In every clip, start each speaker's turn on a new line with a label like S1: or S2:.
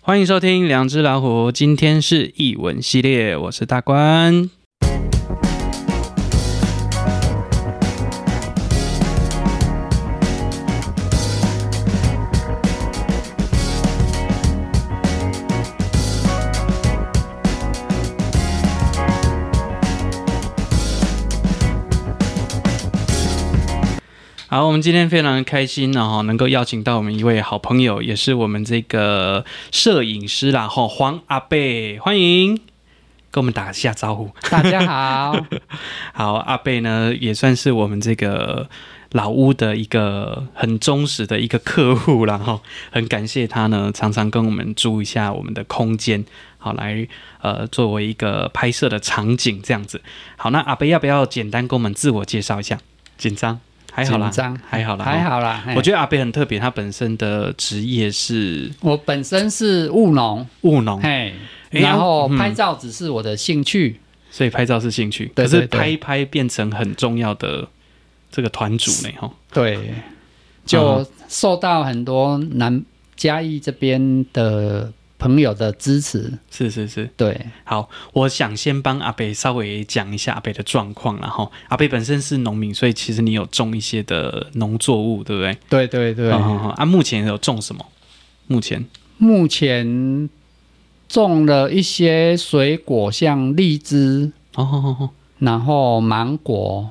S1: 欢迎收听《两只老虎》，今天是译文系列，我是大关。好，我们今天非常开心呢、哦，能够邀请到我们一位好朋友，也是我们这个摄影师啦，哈，黄阿贝，欢迎。跟我们打一下招呼。
S2: 大家好，
S1: 好，阿贝呢也算是我们这个老屋的一个很忠实的一个客户啦，然后很感谢他呢，常常跟我们租一下我们的空间，好来呃作为一个拍摄的场景这样子。好，那阿贝要不要简单跟我们自我介绍一下？紧张？ 还好啦
S2: 紧，张
S1: 还好啦哦
S2: 还好啦。嘿
S1: 我觉得阿贝很特别，他本身的职业是
S2: 我本身是务农，
S1: 务农，
S2: 嘿，
S1: 哎
S2: 然后
S1: 嗯
S2: 拍照只是我的兴趣，
S1: 所以拍照是兴趣，
S2: 对
S1: 可是
S2: 对对
S1: 拍一拍变成很重要的这个团主呢，哈。
S2: 对，
S1: 嗯
S2: 就受到很多南嘉义这边的朋友的支持，
S1: 是是是，
S2: 对，
S1: 好，我想先帮阿北稍微讲一下阿北的状况啦，然后阿北本身是农民，所以其实你有种一些的农作物，对不对？
S2: 对对对
S1: 嗯嗯嗯啊，目前有种什么？目前
S2: 目前种了一些水果，像荔枝，
S1: 哦哦
S2: 然后芒果，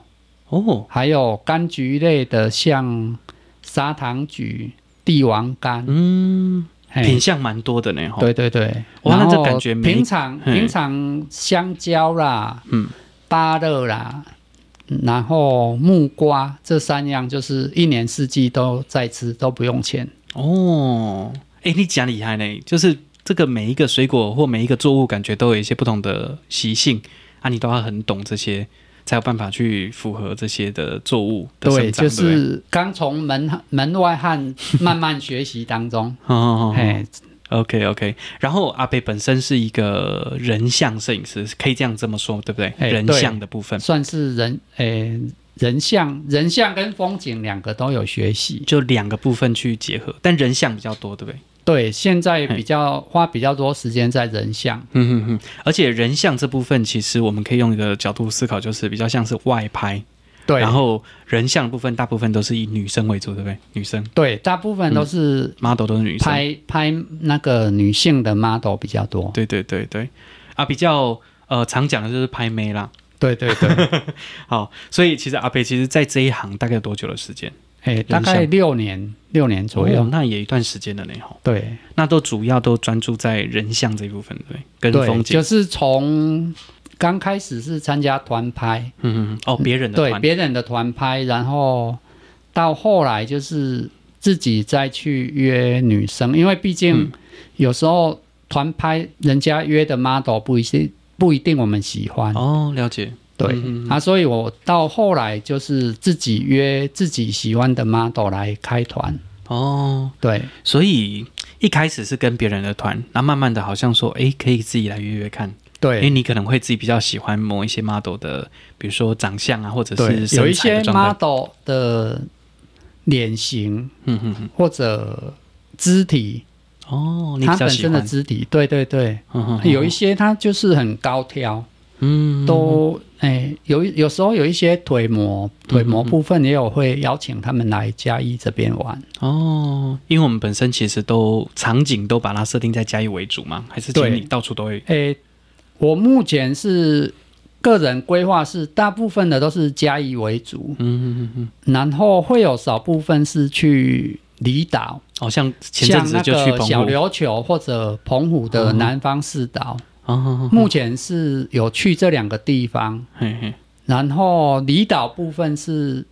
S1: 哦哦，
S2: 还有柑橘类的，像砂糖橘、帝王柑，
S1: 嗯，
S2: 嘿
S1: 品相蛮多的呢，哈。
S2: 哎对对对，
S1: 哇那
S2: 然
S1: 这
S2: 后
S1: 感觉没
S2: 平常
S1: 嘿
S2: 平常香蕉啦，
S1: 嗯，
S2: 芭乐啦，然后木瓜这三样就是一年四季都在吃，都不用钱。
S1: 哦，哎，你讲厉害呢，就是这个每一个水果或每一个作物，感觉都有一些不同的习性啊，你都要很懂这些，才有办法去符合这些的作物的生
S2: 对，
S1: 长，对
S2: 就
S1: 不对？
S2: 是刚从门门外汉慢慢学习当中，
S1: 哦 哦哦
S2: 哎，
S1: OK OK，然后阿贝本身是一个人像摄影师，可以这样这么说，对不对？
S2: 哎
S1: 人
S2: 对
S1: 像的部分，
S2: 算是人，哎，人像人像跟风景两个都有学习。
S1: 就两个部分去结合，但人像比较多，对不对？
S2: 对，现在
S1: 嘿
S2: 比较花比较多时间在人像，
S1: 嗯哼哼。而且人像这部分，其实我们可以用一个角度思考，就是比较像是外拍，
S2: 对，
S1: 然后人像的部分大部分都是以女生为主，对不对？女生
S2: 对，大部分都是
S1: model 都是嗯女生，
S2: 拍拍那个女性的 model 比较多。
S1: 对对对对，啊，比较呃常讲的就是拍妹啦。
S2: 对对 对，
S1: 好，所以其实阿贝其实在这一行大概有多久的时间？
S2: 哎，大概六年六年左
S1: 哦
S2: 右。
S1: 那也一段时间了呢，吼。
S2: 对
S1: 那都主要都专注在人像这一部分，对不对，跟
S2: 对，
S1: 风景
S2: 就，是从刚开始是参加团拍，
S1: 嗯嗯，嗯哦，别人的
S2: 对
S1: 团，
S2: 别人的团拍，然后到后来就是自己再去约女生，因为毕竟
S1: 嗯
S2: 有时候团拍人家约的 model 不一定不一定我们喜欢。
S1: 哦，了解，
S2: 对、
S1: 嗯嗯嗯
S2: 啊，所以我到后来就是自己约自己喜欢的 model 来开团。
S1: 哦，
S2: 对
S1: 所以一开始是跟别人的团，那慢慢的好像说，诶，可以自己来约约看，因为
S2: 对
S1: 你可能会自己比较喜欢某一些 model 的，比如说长相啊，或者
S2: 对
S1: 是，
S2: 有一
S1: 身材
S2: 些
S1: 的状态，
S2: model 的脸型
S1: 嗯嗯嗯，
S2: 或者肢体，
S1: 哦，你
S2: 他
S1: 比较
S2: 本
S1: 喜
S2: 身的
S1: 欢，
S2: 肢体，对对对，
S1: 嗯嗯嗯
S2: 有一些他就是很高挑，
S1: 嗯，
S2: 都哎、有一有时候有一些腿模，腿
S1: 嗯
S2: 模
S1: 嗯嗯
S2: 部分也有会邀请他们来嘉义这边玩。
S1: 哦，因为我们本身其实都场景都把它设定在嘉义为主嘛，还是其实
S2: 对
S1: 你到处都会，
S2: 诶、我目前是个人规划是大部分的都是嘉义为主，
S1: 嗯嗯嗯嗯，
S2: 然后会有少部分是去离岛，
S1: 好像前阵
S2: 像
S1: 子
S2: 那
S1: 就去
S2: 个
S1: 澎
S2: 小
S1: 湖，
S2: 琉球或者澎湖的南方四岛，
S1: 哦哦，哦
S2: 目前是有去这两个地方，
S1: 嘿嘿，
S2: 然后离岛部分是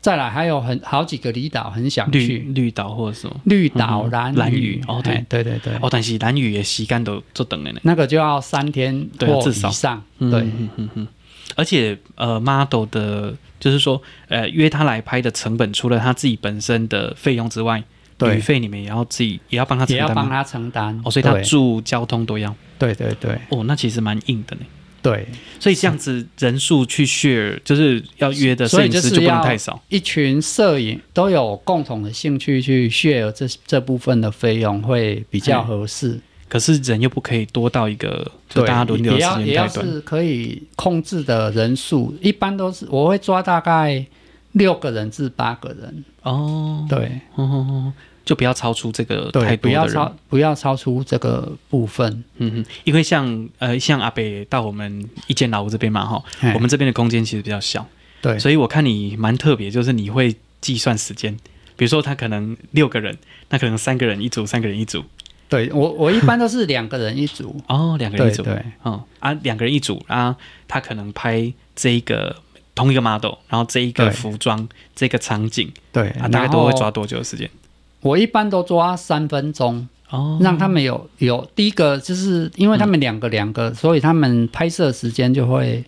S2: 再来还有很好几个离岛很想
S1: 绿
S2: 嗯去。
S1: 绿岛或者什么。
S2: 绿岛、蓝
S1: 蓝屿
S2: 屿，
S1: 哦对
S2: 哎对对对，
S1: 哦，但是蓝雨的时间都做长的呢。
S2: 那个就要三天
S1: 对啊
S2: 或
S1: 至
S2: 以
S1: 少
S2: 上，
S1: 嗯
S2: 对，
S1: 嗯嗯嗯。而且呃，model 的，就是说呃，约他来拍的成本，除了他自己本身的费用之外，
S2: 对
S1: 旅费你们也要自己也要帮他承
S2: 也要
S1: 担
S2: 帮
S1: 吗？
S2: 他承担。
S1: 哦，所以他
S2: 对
S1: 住、交通都要。
S2: 对对对
S1: 哦，那其实蛮硬的呢。
S2: 对，
S1: 所以这样子人数去 share，就是要约的
S2: 所
S1: 摄
S2: 以
S1: 影
S2: 就
S1: 师
S2: 是
S1: 就不能
S2: 要
S1: 太少。
S2: 一群摄影都有共同的兴趣去 share 这这部分的费用会比较合适。
S1: 可是人又不可以多到一个，哎就
S2: 对，
S1: 大家轮流
S2: 也
S1: 的
S2: 要
S1: 时
S2: 也
S1: 间
S2: 要
S1: 太短。
S2: 是可以控制的人数，一般都是我会抓大概六个人至八个人，
S1: 哦，
S2: 对
S1: 哦哦哦就不要超出这个太
S2: 对，不
S1: 多
S2: 要
S1: 的人。
S2: 超不要超出这个部分。
S1: 嗯哼，因为像呃像阿北到我们一间老屋这边嘛哈，
S2: 嘿
S1: 我们这边的空间其实比较小，
S2: 哎对
S1: 嗯所以我看你蛮特别，就是你会计算时间。比如说他可能六个人，那可能三个人一组，三个人一组，，
S2: 对我我一般都是两个人一组
S1: 哦，两个人
S2: 对
S1: 一组，
S2: 对
S1: 嗯啊，两个人一组啊，他可能拍这一个同一个 model，然后这一个
S2: 对
S1: 服装，这个场景
S2: 对，
S1: 啊，大概
S2: 然
S1: 都会
S2: 后
S1: 抓多久的时间？
S2: 我一般都抓三分钟，
S1: 哦，
S2: 让他们有有第一个就是因为他们两个两个，所以他们拍摄时间就会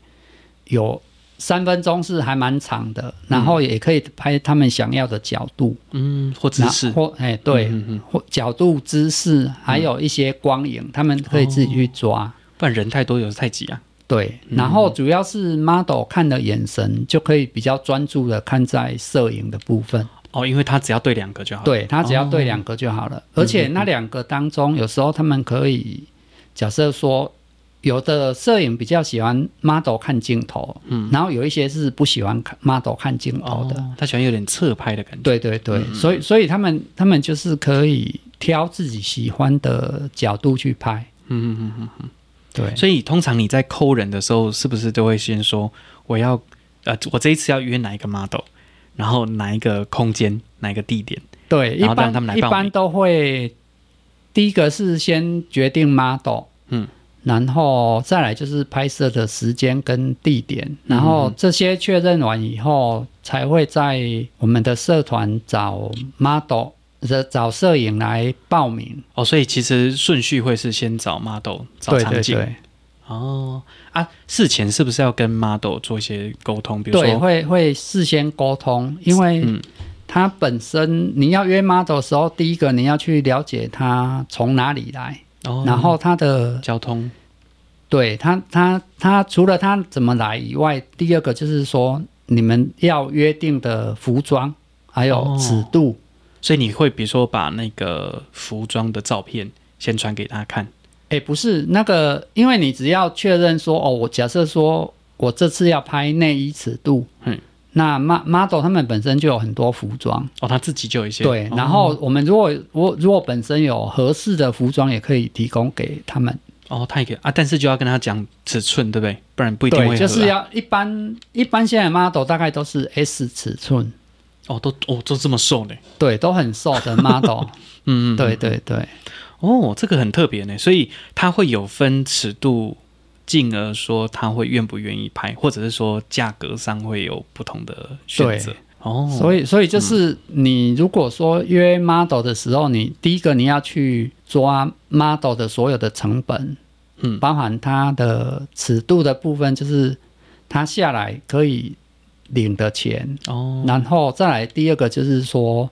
S2: 有三分钟是还蛮长的，然后也可以拍他们想要的角度、
S1: 嗯，或姿
S2: 那
S1: 势，
S2: 或哎对，
S1: 嗯嗯嗯
S2: 或角度、姿势，还有一些光影，他们可以自己去抓。
S1: 不然人太多有时太挤啊。
S2: 对，然后主要是 model 看的眼神就可以比较专注的看在摄影的部分，
S1: 哦，因为他只要对两个就好。，哦
S2: 对他只要对两个就好了。而且那两个当中，有时候他们可以假设说，有的摄影比较喜欢 model 看镜头，嗯，然后有一些是不喜欢看 model 看镜头的，
S1: 哦，他嗯喜欢有点侧拍的感觉。
S2: 对对对，所以所以他们他们就是可以挑自己喜欢的角度去拍，
S1: 嗯嗯嗯
S2: 对
S1: 嗯。所以通常你在抠人的时候，是不是都会先说我要呃，我这一次要约哪一个 model，然后哪一个空间，哪一个地点？
S2: 对，一
S1: 然后让
S2: 般
S1: 他们来
S2: 一
S1: 报
S2: 般
S1: 名
S2: 都会第一个是先决定 model，
S1: 嗯，
S2: 然后再来就是拍摄的时间跟地点，然
S1: 嗯
S2: 后这些确认完以后，才会在我们的社团找 model 的找摄影来报名。
S1: 哦，所以其实顺序会是先找 model，找
S2: 对
S1: 场
S2: 对
S1: 景。
S2: 对，
S1: 哦啊，事前是不是要跟 model 做一些沟通？比如
S2: 对
S1: 说，
S2: 会会事先沟通，因为
S1: 嗯
S2: 他本身你要约 model 的时候，第一个你要去了解他从哪里来，
S1: 哦，
S2: 然后他的
S1: 交通，
S2: 对他，他他除了他怎么来以外，第二个就是说你们要约定的服装，还有
S1: 哦
S2: 尺度，
S1: 所以你会比如说把那个服装的照片先传给他看。
S2: 诶，不是那个，因为你只要确认说，哦，我假设说我这次要拍内衣尺度，
S1: 嗯，
S2: 那 mo- model 他们本身就有很多服装，
S1: 哦，他自己就有一些
S2: 对，
S1: 哦
S2: 然后我们如果我如果本身有合适的服装，也可以提供给他们。
S1: 哦，他也可以啊，但是就要跟他讲尺寸，对不对？不然不一定会合
S2: 对，
S1: 啊、
S2: 就是要一般一般现在 model 大概都是 S 尺寸，
S1: 哦，都哦都这么瘦呢，
S2: 对，都很瘦 的 model。
S1: 嗯，嗯
S2: 对对对
S1: 哦，这个很特别呢，所以他会有分尺度，进而说他会愿不愿意拍，或者是说价格上会有不同的选择。哦，嗯
S2: 所以所以就是你如果说约 model 的时候，你第一个你要去抓 model 的所有的成本，
S1: 嗯
S2: 包含它的尺度的部分，就是它下来可以领的钱，
S1: 哦，
S2: 然后再来第二个就是说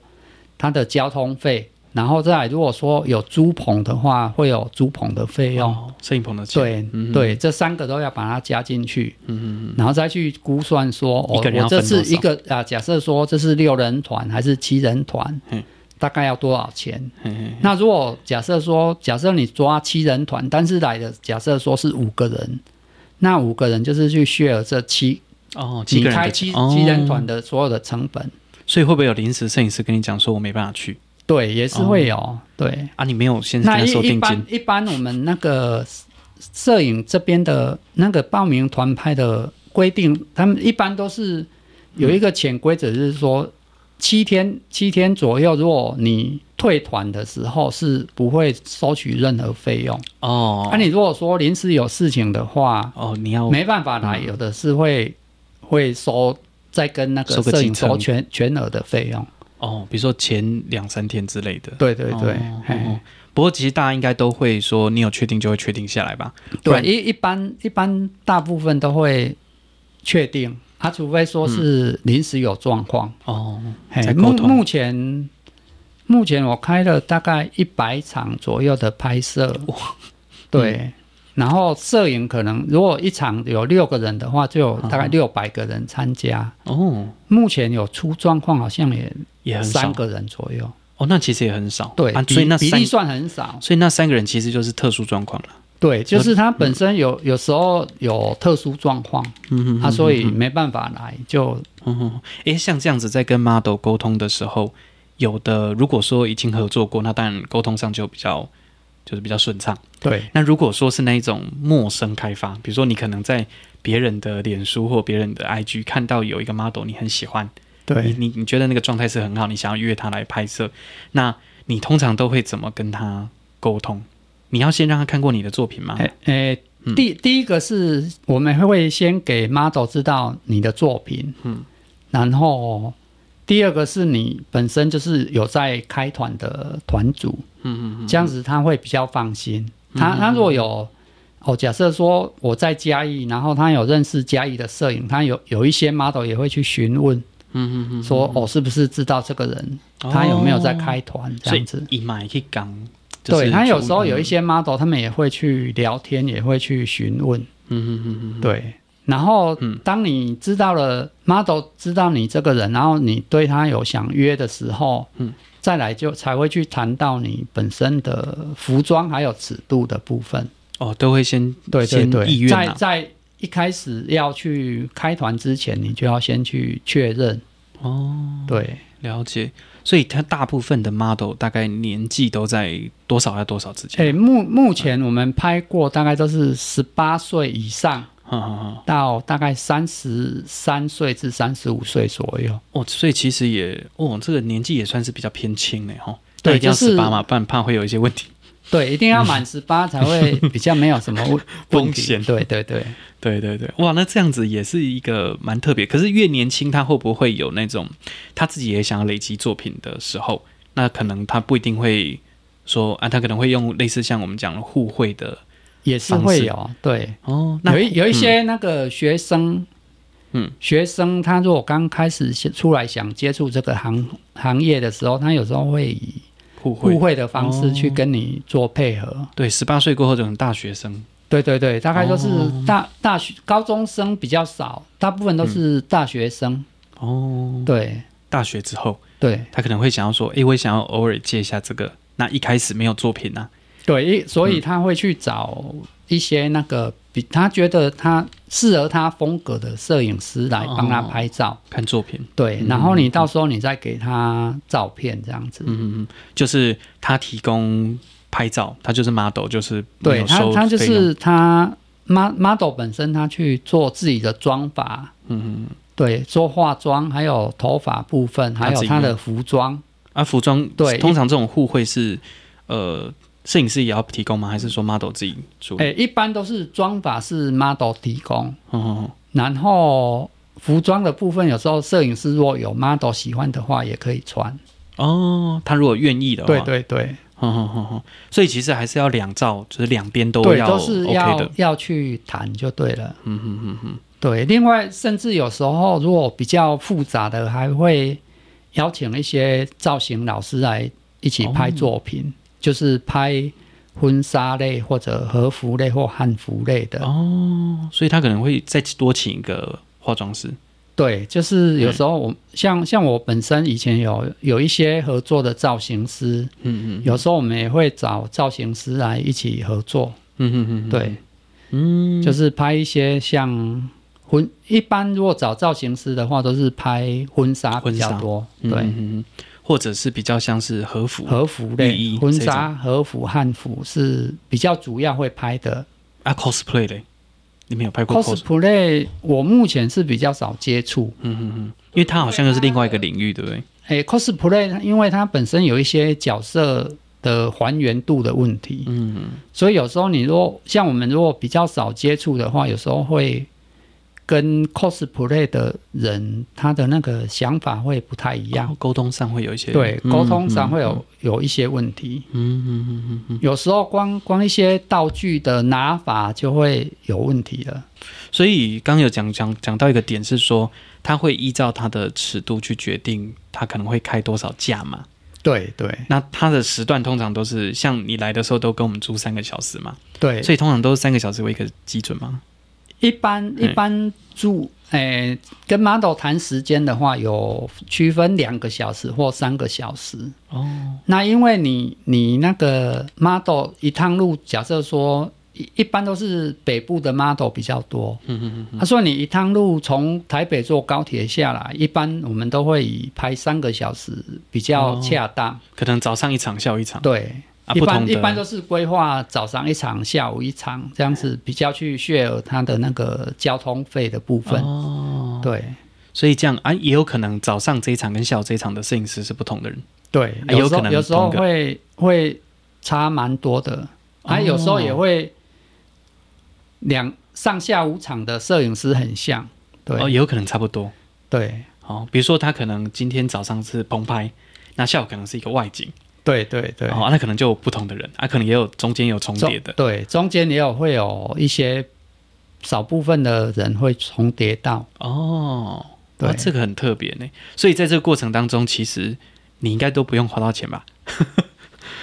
S2: 它的交通费，然后再来如果说有租棚的话，会有租棚的费用。
S1: 哦摄影棚的钱，
S2: 对、
S1: 嗯
S2: 对，这三个都要把它加进去，
S1: 嗯嗯
S2: 然后再去估算说，
S1: 一
S2: 哦，
S1: 个人要
S2: 我这
S1: 分多
S2: 是
S1: 少
S2: 一个啊，假设说这是六人团还是七人团
S1: 嗯，
S2: 大概要多少钱？
S1: 嗯，嘿嘿
S2: 那如果假设说，假设你抓七人团，但是来的假设说是五个人，那五个人就是去 share 这七，
S1: 哦，七
S2: 你
S1: 个人
S2: 开
S1: 的
S2: 七
S1: 钱哦
S2: 七人团的所有的成本，
S1: 所以会不会有临时摄影师跟你讲说我没办法去
S2: 对，也是会有，对。
S1: 啊？你没有先跟
S2: 那
S1: 他
S2: 一
S1: 收
S2: 一
S1: 定
S2: 般
S1: 金
S2: 一般我们那个摄影这边的那个报名团拍的规定，他们一般都是有一个潜规则，就是说七天七天左右，如果你退团的时候是不会收取任何费用。
S1: 哦
S2: 那、啊你如果说临时有事情的话，
S1: 哦，你要
S2: 没办法来，有的是会会收再跟那
S1: 收个
S2: 个摄
S1: 几
S2: 影
S1: 成
S2: 收全全额的费用。
S1: 哦，比如说前两三天之类的。
S2: 对对对，
S1: 哦
S2: 嘿
S1: 哦不过其实大家应该都会说，你有确定就会确定下来吧。不
S2: 对，
S1: 然
S2: 一一般一般大部分都会确定，他、除非说是临时有状况。
S1: 哦，
S2: 嘿
S1: 再嗯沟
S2: 目
S1: 通
S2: 目前目前我开了大概一百场左右的拍摄，对。
S1: 嗯
S2: 然后摄影可能，如果一场有六个人的话，就有大
S1: 嗯
S2: 概六百个人参加。
S1: 哦，
S2: 目前有出状况，好像也
S1: 也很少
S2: 三个人左右。
S1: 哦，那其实也很少，
S2: 对，
S1: 啊、
S2: 比
S1: 所以那
S2: 比
S1: 三
S2: 例，算很少。
S1: 所以那三个人其实就是特殊状况了，
S2: 对，就是他本身有有时候有特殊状况，
S1: 嗯哼
S2: 啊，所以没办法来，就
S1: 嗯哼，诶，像这样子在跟 model 沟通的时候，有的如果说已经合作过，那当然沟通上就比较就是比较顺畅。
S2: 对
S1: 那如果说是那一种陌生开发，比如说你可能在别人的脸书或别人的 IG 看到有一个 model 你很喜欢，你
S2: 对。
S1: 你你觉得那个状态是很好，你想要约他来拍摄，那你通常都会怎么跟他沟通？你要先让他看过你的作品吗？
S2: 诶诶，
S1: 嗯
S2: 第第一个是我们会先给 model 知道你的作品，
S1: 嗯，
S2: 然后第二个是你本身就是有在开团的团组，
S1: 嗯嗯嗯，
S2: 这样子他会比较放心。他他如果有哦，假设说我在嘉义，然后他有认识嘉义的摄影，他有有一些 model 也会去询问
S1: 嗯嗯嗯，
S2: 说哦，是不是知道这个人，他有没有在开团这样子
S1: 哦所。以一买一港，就是
S2: 对他有时候有一
S1: 去，
S2: 些 model，他们也会去聊天，也会去询问。
S1: 嗯嗯嗯嗯，
S2: 对，然后
S1: 嗯
S2: 当你知道了 model 知道你这个人，然后你对他有想约的时候，
S1: 嗯，
S2: 再来就才会去谈到你本身的服装还有尺度的部分。
S1: 哦，都会先
S2: 对对
S1: 先意
S2: 对，
S1: 愿
S2: 在
S1: 啊，
S2: 在一开始要去开团之前，你就要先去确认。
S1: 哦，
S2: 对，
S1: 了解。所以他大部分的 model 大概年纪都在多少到多少之间？
S2: 诶，目目前我们拍过大概都是十八岁以上。
S1: 哈哈哈。
S2: 到大概三十三岁至三十五岁左右，
S1: 哦，所以其实也哦，这个年纪也算是比较偏轻嘞哈。
S2: 对
S1: 那一定要
S2: 就是
S1: 十八嘛，不然怕会有一些问题。
S2: 对，一定要满十八才会比较没有什么 问问
S1: 风
S2: 题
S1: 险
S2: 对对对，
S1: 对对对，哇，那这样子也是一个蛮特别。可是越年轻，他会不会有那种他自己也想要累积作品的时候，那可能他不一定会说啊，他可能会用类似像我们讲的互惠的
S2: 也是
S1: 方
S2: 会
S1: 式
S2: 有对，
S1: 哦，那
S2: 有一有一些那个学生，
S1: 嗯，
S2: 学生他如果刚开始先出来想接触这个行行业的时候，他有时候会以
S1: 互惠
S2: 互惠的方式去
S1: 哦
S2: 跟你做配合。
S1: 对十八岁过后这种大学生，
S2: 对对对，大概都是
S1: 哦
S2: 大、大学高中生比较少，大部分都是大学生。
S1: 哦，
S2: 对
S1: 大学之后
S2: 对
S1: 他可能会想要说，诶，我也想要偶尔借一下这个。那一开始没有作品啊，
S2: 对，一所以他会去找一些那个比他觉得他适合他风格的摄影师来帮他
S1: 哦
S2: 拍照。
S1: 看作品，
S2: 对，然后你到时候你再给他照片这样子。
S1: 嗯嗯嗯，就是他提供拍照，他就是 model，就是没
S2: 对
S1: 有
S2: 他
S1: 收，
S2: 他就
S1: 费用嗯
S2: 是他 mo- model 本身，他去做自己的妆法，
S1: 嗯嗯，
S2: 对，做化妆，还有头发部分，还
S1: 他
S2: 有
S1: 自己
S2: 他的服装。
S1: 啊，服装
S2: 对
S1: 通常这种互惠是呃，摄影师也要提供吗？还是说 model 自己做？
S2: 哎诶，一般都是妆法是 model 提供，
S1: 哦哦
S2: 然后服装的部分有时候摄影师如果有 model 喜欢的话，也可以穿。
S1: 哦，哦他如果愿意的话，
S2: 对对对
S1: 哦，哦哦哦所以其实还是要两照，就是两边都
S2: 对，
S1: 要
S2: 都是
S1: OK
S2: 要、
S1: 的，
S2: 要去谈就对了。
S1: 嗯嗯嗯嗯，
S2: 对，另外甚至有时候如果比较复杂的，还会邀请一些造型老师来一起拍作品，
S1: 哦
S2: 就是拍婚纱类或者和服类或汉服类的。
S1: 哦，所以他可能会再多请一个化妆师，
S2: 对，就是有时候我、像
S1: 嗯
S2: 像我本身以前有有一些合作的造型师，
S1: 嗯嗯
S2: 有时候我们也会找造型师来一起合作。
S1: 嗯嗯嗯，嗯，
S2: 对，
S1: 嗯，
S2: 就是拍一些像婚，一般如果找造型师的话，都是拍婚纱比
S1: 婚
S2: 较
S1: 纱
S2: 多。
S1: 嗯
S2: 对
S1: 嗯。嗯嗯或者是比较像是和服，
S2: 和服
S1: 浴
S2: 类
S1: 衣，
S2: 婚纱、和服、汉服是比较主要会拍的。
S1: 啊，cosplay 嘞，你们有拍过 cos？
S2: cosplay 我目前是比较少接触。
S1: 嗯嗯嗯，因为它好像又是另外一个领域，对不对？
S2: 诶 c o s p l a y 因为它本身有一些角色的还原度的问题，
S1: 嗯，
S2: 所以有时候你如果像我们如果比较少接触的话，有时候会跟 cosplay 的人他的那个想法会不太一
S1: 一
S2: 样。
S1: 沟通上会有一些
S2: 对，
S1: 哦嗯
S2: 沟通上会有、
S1: 嗯
S2: 有一些问题。
S1: 嗯嗯嗯嗯
S2: 有时候光光一些道具的拿法就会有问题了。
S1: 嗯，所以刚刚有讲讲讲到一个点是说，他会依照他的尺度去决定他可能会开多少价嘛。
S2: 对对
S1: 那他的时段通常都是像你来的时候都跟我们租三个小时嘛，
S2: 对，
S1: 所以通常都是三个小时为一个基准嘛。
S2: 一般一般住诶、跟 model 谈时间的话，有区分两个小时或三个小时。
S1: 哦，
S2: 那因为你你那个 model 一趟路，假设说一一般都是北部的 model 比较多，
S1: 嗯嗯
S2: 他、说你一趟路从台北坐高铁下来，一般我们都会以排三个小时比较恰当。
S1: 嗯，可能早上一场，下午一场
S2: 对，
S1: 啊，
S2: 一
S1: 不
S2: 般
S1: 同
S2: 一般都
S1: 的
S2: 是规划早上一场，下午一场，这样子比较去 share 它的那个交通费的部分。
S1: 哦，
S2: 对
S1: 所以这样啊，也有可能早上这一场跟下午这一场的摄影师是不同的人。
S2: 对，
S1: 啊有
S2: 时
S1: 可
S2: 候
S1: 能
S2: 有时候
S1: 同个
S2: 会会差蛮多的，还、
S1: 哦
S2: 有时候也会两上下午场的摄影师很像。对、
S1: 哦，也有可能差不多。
S2: 对
S1: 哦，比如说他可能今天早上是棚拍，那下午可能是一个外景，
S2: 对对对，
S1: 哦，啊那可能就有不同的人，啊，可能也有中间有重
S2: 中
S1: 叠的，
S2: 对中间也有会有一些少部分的人会重叠到。
S1: 哦，
S2: 对
S1: 哇，这个很特别呢。所以在这个过程当中，其实你应该都不用花到钱吧？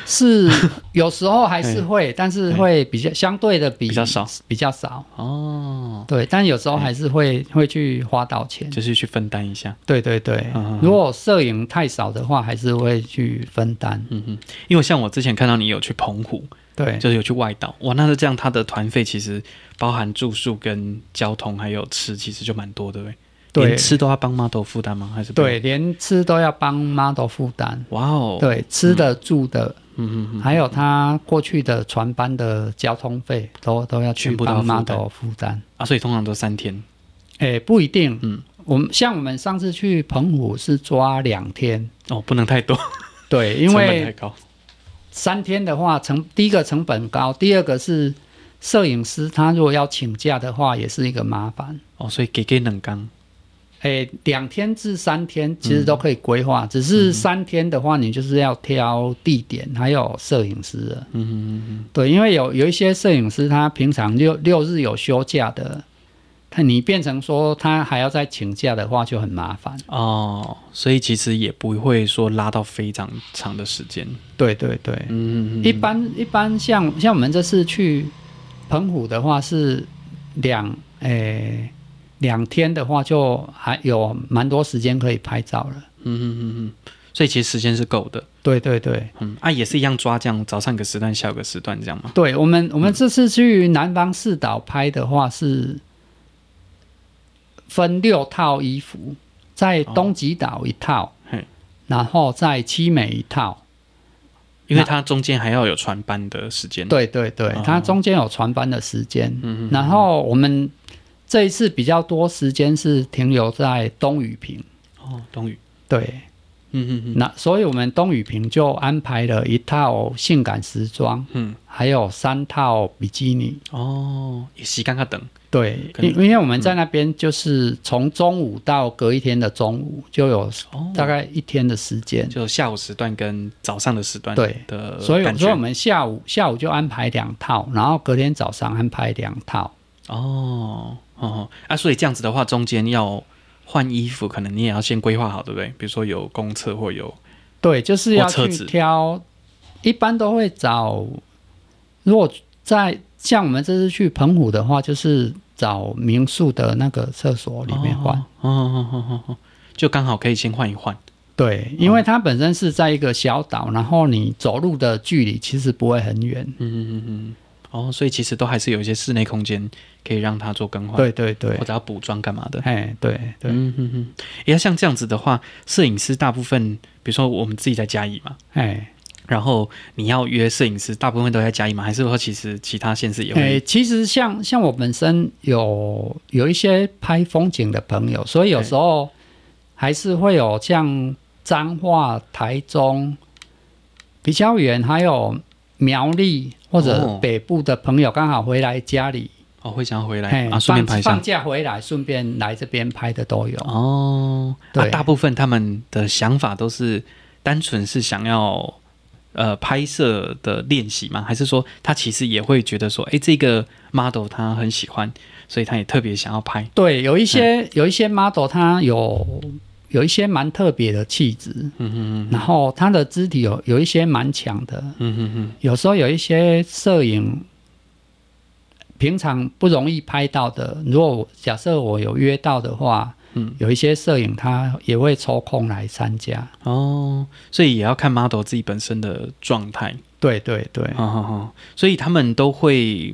S2: 是有时候还 是会，但是会比较相对的比
S1: 比较少，
S2: 比较少。
S1: 哦，
S2: 对，但有时候还是会会去花到钱。
S1: 嗯就是去分担一下。
S2: 对对对
S1: 嗯嗯嗯，
S2: 如果摄影太少的话，还是会去分担。
S1: 嗯哼，因为像我之前看到你有去澎湖，
S2: 对
S1: 就是有去外岛，哇，那是这样，他的团费其实包含住宿跟交通还有吃，其实就蛮多的呗。
S2: 对
S1: 连吃都要帮 model 负担吗？还是不用？
S2: 对，连吃都要帮 model 负担。
S1: 哇哦，，
S2: 对，吃的、住的，
S1: 嗯嗯嗯，
S2: 还有他过去的船班的交通费，都都要去
S1: 全部都要
S2: 帮
S1: 负担
S2: model 负担。
S1: 啊，所以通常都三天，
S2: 诶，不一定。
S1: 嗯，
S2: 我们像我们上次去澎湖是抓两天，
S1: 哦，不能太多，
S2: 对， 因
S1: 成本
S2: 为
S1: 太高。
S2: 三天的话，成第一个成本高，第二个是摄影师他如果要请假的话，也是一个麻烦。
S1: 哦，所以给给冷刚，
S2: 诶，两天至三天其实都可以规划，只是三天的话，你就是要挑地点，还有摄影师了。
S1: 嗯嗯嗯
S2: 对，因为有有一些摄影师他平常六六日有休假的，他你变成说他还要再请假的话就很麻烦。
S1: 嗯，哦，所以其实也不会说拉到非常长的时间，
S2: 对对对，
S1: 嗯嗯嗯，
S2: 一般一般像像我们这次去澎湖的话是两诶两天的话就还有蛮多时间可以拍照了。
S1: 嗯嗯嗯嗯，所以其实时间是够的，
S2: 对对对，
S1: 嗯，啊，也是一样抓这样，早上一个时段，下午一个时段这样嘛，
S2: 对我们我们这次去南方四岛拍的话是分六套衣服，在东极岛一套，
S1: 哦嘿，
S2: 然后在七美一套。
S1: 因为它中间还要有船班的时间，，
S2: 对对对
S1: 哦，
S2: 它中间有船班的时间，
S1: 嗯
S2: 然后我们这一次比较多时间是停留在东雨平，
S1: 哦，冬雨，
S2: 对，
S1: 嗯嗯嗯
S2: 那所以我们东雨平就安排了一套性感时装，
S1: 嗯，
S2: 还有三套比基尼，
S1: 哦，也时间较等，
S2: 对，
S1: 跟
S2: 因因为我们在那边就是从中午到隔一天的中午就有
S1: 哦，
S2: 大概一天的时间，
S1: 就下午时段跟早上的时段，
S2: 对
S1: 的，
S2: 所以
S1: 呃感
S2: 所以我
S1: 觉，
S2: 们下午下午就安排两套，然后隔天早上安排两套。
S1: 哦哦啊，所以这样子的话，中间要换衣服，可能你也要先规划好，对不对？比如说有公厕或有
S2: 对，就是要
S1: 或哦车
S2: 去
S1: 子
S2: 挑，一般都会找。如果在像我们这次去澎湖的话，就是找民宿的那个厕所里面换。
S1: 哦哦哦哦哦，就刚好可以先换一换。
S2: 对，因
S1: 哦
S2: 为它本身是在一个小岛，然后你走路的距离其实不会很远。
S1: 嗯嗯嗯嗯。哦，所以其实都还是有一些室内空间可以让它做更换，
S2: 对对对
S1: 或，者要补妆干嘛的。
S2: 哎，对对，
S1: 嗯哼哼。也要像这样子的话，摄影师大部分，比如说我们自己在嘉义嘛，
S2: 哎
S1: 然后你要约摄影师，大部分都在嘉义嘛，还是说其实其他县市也
S2: 哎，
S1: 会？
S2: 其实像像我本身有有一些拍风景的朋友，所以有时候还是会有像彰化、台中比较远，还有苗栗或
S1: 哦
S2: 者北部的朋友刚好回来家里，
S1: 哦，会想要回来
S2: 哎、
S1: 啊，顺便拍
S2: 放
S1: 一下
S2: 放。假回来，顺便来这边拍的都有。
S1: 哦，啊，
S2: 对
S1: 大部分他们的想法都是单纯是想要呃拍摄的练习吗？还是说他其实也会觉得说，诶，这个 model 他很喜欢，所以他也特别想要拍？
S2: 对，有一些、
S1: 嗯
S2: 有一些 model 他有有一些蛮特别的气质，
S1: 嗯嗯
S2: 然后他的肢体有有一些蛮强的，
S1: 嗯嗯嗯
S2: 有时候有一些摄影平常不容易拍到的，如果我假设我有约到的话，
S1: 嗯，
S2: 有一些摄影他也会抽空来参加。
S1: 哦，所以也要看 model 自己本身的状态。
S2: 对对对，
S1: 好好好，所以他们都会，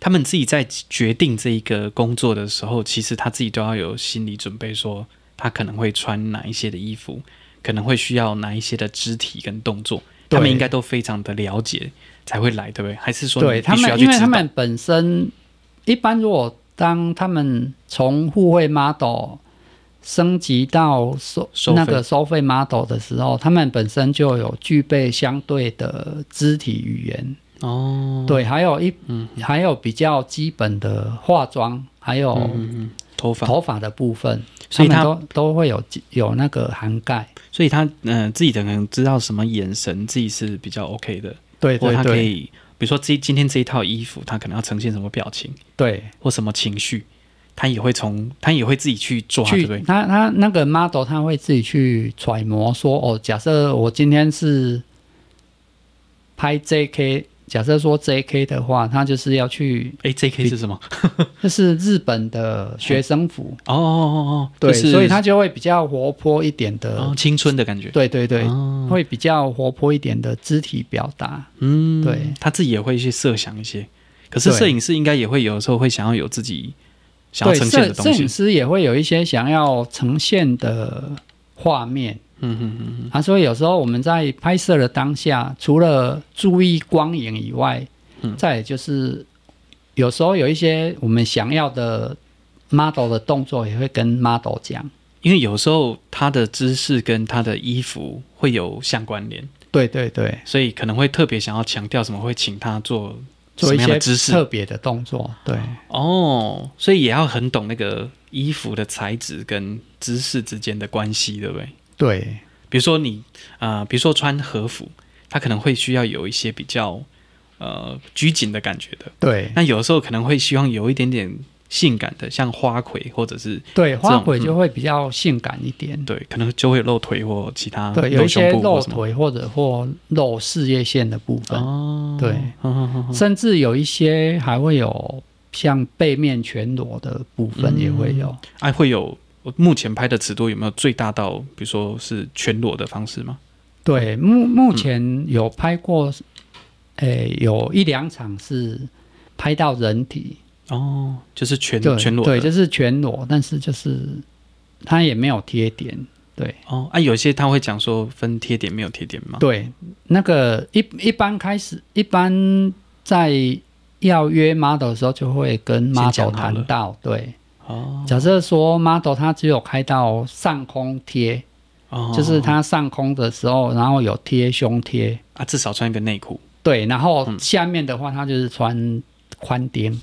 S1: 他们自己在决定这一个工作的时候，其实他自己都要有心理准备，说他可能会穿哪一些的衣服，可能会需要哪一些的肢体跟动作，
S2: 对
S1: 他们应该都非常的了解才会来，对不对？还是说你
S2: 对他
S1: 必须要
S2: 们，
S1: 去
S2: 因为
S1: 指
S2: 他
S1: 导？
S2: 们本身一般，如果当他们从互惠 model 升级到收
S1: 收费
S2: 那个收费 model 的时候，他们本身就有具备相对的肢体语言，
S1: 哦，
S2: 对，还有一、还有比较基本的化妆，还有
S1: 嗯嗯，头发，
S2: 哦头发的部分，
S1: 所以
S2: 他
S1: 他
S2: 们都都会有有那个涵盖。
S1: 所以他嗯、呃自己可能知道什么眼神自己是比较 OK 的，
S2: 对
S1: 或
S2: 对
S1: 他可
S2: 对
S1: 以，比如说这今天这一套衣服，他可能要呈现什么表情
S2: 对，
S1: 或什么情绪，他也会从他也会自己去抓，对
S2: 去
S1: 不对？
S2: 他他那个 model 他会自己去揣摩说哦，假设我今天是拍 JK，假设说 JK 的话，他就是要去
S1: 哎，J.K. 是什么？
S2: 这是日本的学生服，
S1: 哦哦哦哦，
S2: 对，
S1: 就是
S2: 所以他就会比较活泼一点的，
S1: 哦青春的感觉，
S2: 对对对，
S1: 哦
S2: 会比较活泼一点的肢体表达，
S1: 嗯，
S2: 对，
S1: 他自己也会去设想一些。可是
S2: 对
S1: 摄影师应该也会有时候会想要有自己想要
S2: 对，
S1: 呈现
S2: 摄
S1: 的东
S2: 摄影
S1: 西，
S2: 师也会有一些想要呈现的画面。
S1: 嗯嗯嗯嗯，
S2: 啊，所以有时候我们在拍摄的当下，除了注意光影以外，
S1: 嗯
S2: 再也就是有时候有一些我们想要的 model 的动作，也会跟 model 讲。
S1: 因为有时候他的姿势跟他的衣服会有相关联。
S2: 对对对，
S1: 所以可能会特别想要强调什么，会请他做
S2: 做一
S1: 什么样
S2: 些
S1: 的姿势
S2: 特别的动作。对
S1: 哦，所以也要很懂那个衣服的材质跟姿势之间的关系，对不对？
S2: 对
S1: 比如说你呃，比如说穿和服，他可能会需要有一些比较呃拘谨的感觉的，
S2: 对
S1: 那有的时候可能会希望有一点点性感的，像花魁或者是
S2: 对，花
S1: 种
S2: 魁
S1: 嗯
S2: 就会比较性感一点。
S1: 对，可能就会露腿或其他
S2: 对，有一些
S1: 啊胸部
S2: 露
S1: 或什么
S2: 腿或者或露事业线的部分，
S1: 哦，
S2: 对
S1: 哼哼哼哼
S2: 甚至有一些还会有像背面全裸的部分也会有。
S1: 哎、会有目前拍的尺度有没有最大到，比如说是全裸的方式吗？
S2: 对，目目前有拍过，诶、有一两场是拍到人体，
S1: 哦，就是全
S2: 对
S1: 全裸的，
S2: 对，就是全裸，但是就是它也没有贴点，对
S1: 哦啊，有些他会讲说分贴点没有贴点吗？
S2: 对，那个一一般开始，一般在要约 model 的时候，就会跟
S1: 先讲
S2: model
S1: 好了
S2: 谈到，对，
S1: 哦
S2: 假设说 model 他只有开到上空贴，
S1: 哦，
S2: 就是他上空的时候，然后有贴胸贴，
S1: 啊，至少穿一个内裤
S2: 对，然后
S1: 嗯
S2: 下面的话，他就是穿宽钉，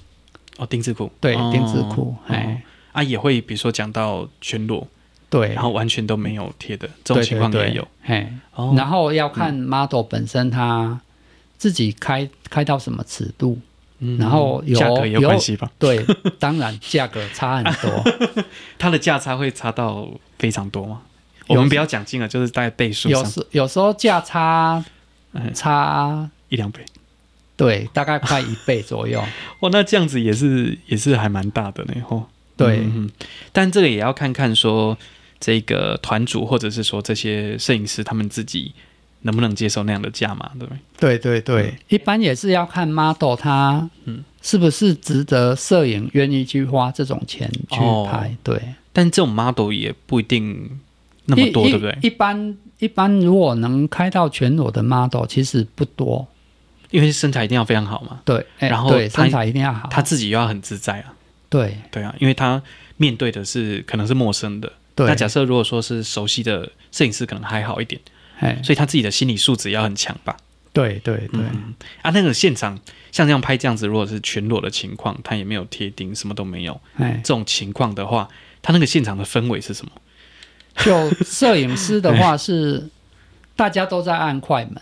S1: 哦，丁字裤，
S2: 对，
S1: 哦
S2: 丁字裤，
S1: 哦
S2: 哎，
S1: 啊，也会比如说讲到全裸，
S2: 对，
S1: 然后完全都没有贴的这种情况
S2: 对
S1: 也有，，
S2: 对对哎，
S1: 哦，
S2: 然后要看 model 本身他自己开开到什么尺度，
S1: 嗯
S2: 然后有
S1: 价格也有
S2: 有
S1: 关系吧？
S2: 对，当然价格差很多，
S1: 它的价差会差到非常多吗？我
S2: 有
S1: 们不要讲金额，就是大概倍数
S2: 有
S1: 上
S2: 时有时候价差
S1: 哎
S2: 差
S1: 一两倍。
S2: 对，大概快一倍左右，
S1: 哇，那这样子也是也是还蛮大的呢，吼。
S2: 对
S1: 嗯，嗯但这个也要看看说这个团主或者是说这些摄影师他们自己能不能接受那样的价码，对不对？
S2: 对对对，嗯一般也是要看 model 他
S1: 嗯
S2: 是不是值得摄影愿意去花这种钱去
S1: 哦
S2: 拍，对。
S1: 但这种 model 也不一定那么多，
S2: 一
S1: 对不对？
S2: 一一般一般如果能开到全裸的 model 其实不多，
S1: 因为身材一定要非常好嘛，
S2: 对，哎
S1: 然后
S2: 对
S1: 他
S2: 身材一定要好，
S1: 他自己又要很自在啊，
S2: 对
S1: 对啊，因为他面对的是可能是陌生的。
S2: 对，
S1: 那假设如果说是熟悉的摄影师，可能还好一点，
S2: 哎
S1: 所以他自己的心理素质要很强吧。
S2: 对对对，
S1: 嗯啊，那个现场像这样拍这样子，如果是全裸的情况，他也没有贴钉，什么都没有，
S2: 哎
S1: 这，种情况的话，他那个现场的氛围是什么？
S2: 就摄影师的 话是大家都在按快门，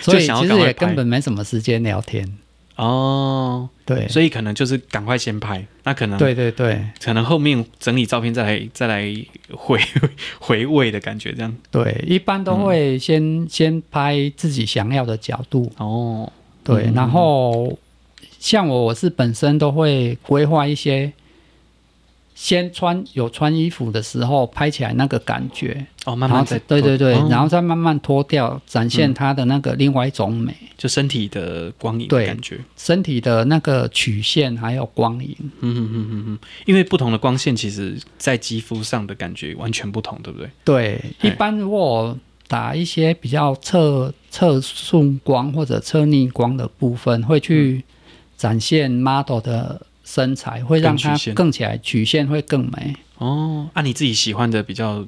S2: 所以
S1: 就想要赶
S2: 其实
S1: 快
S2: 也
S1: 拍
S2: 根本没什么时间聊天，
S1: 哦，
S2: 对
S1: 所嗯以可能就是赶快先拍，那可能
S2: 对对对
S1: 可能后面整理照片再来再来回 回味的感觉，这样
S2: 对，一般都
S1: 嗯
S2: 会先先拍自己想要的角度，
S1: 哦，
S2: 对，
S1: 嗯
S2: 然后像我，我是本身都会规划一些，先穿有穿衣服的时候拍起来那个感觉，
S1: 哦，慢
S2: 然
S1: 慢
S2: 后再
S1: 再
S2: 对对对，
S1: 哦嗯
S2: 然后再慢慢脱掉，展现它的那个另外一种美，
S1: 就身体的光影的
S2: 对
S1: 感觉，
S2: 身体的那个曲线还有光影。
S1: 嗯嗯嗯嗯嗯，因为不同的光线，其实在肌肤上的感觉完全不同，对不对？
S2: 对，
S1: 哎
S2: 一般如果我打一些比较侧侧顺光或者侧逆光的部分，会去
S1: 嗯
S2: 展现 model 的身材，会让
S1: 更
S2: 它
S1: 曲线
S2: 更起来，曲线会更美。
S1: 哦，按、你自己喜欢的比较，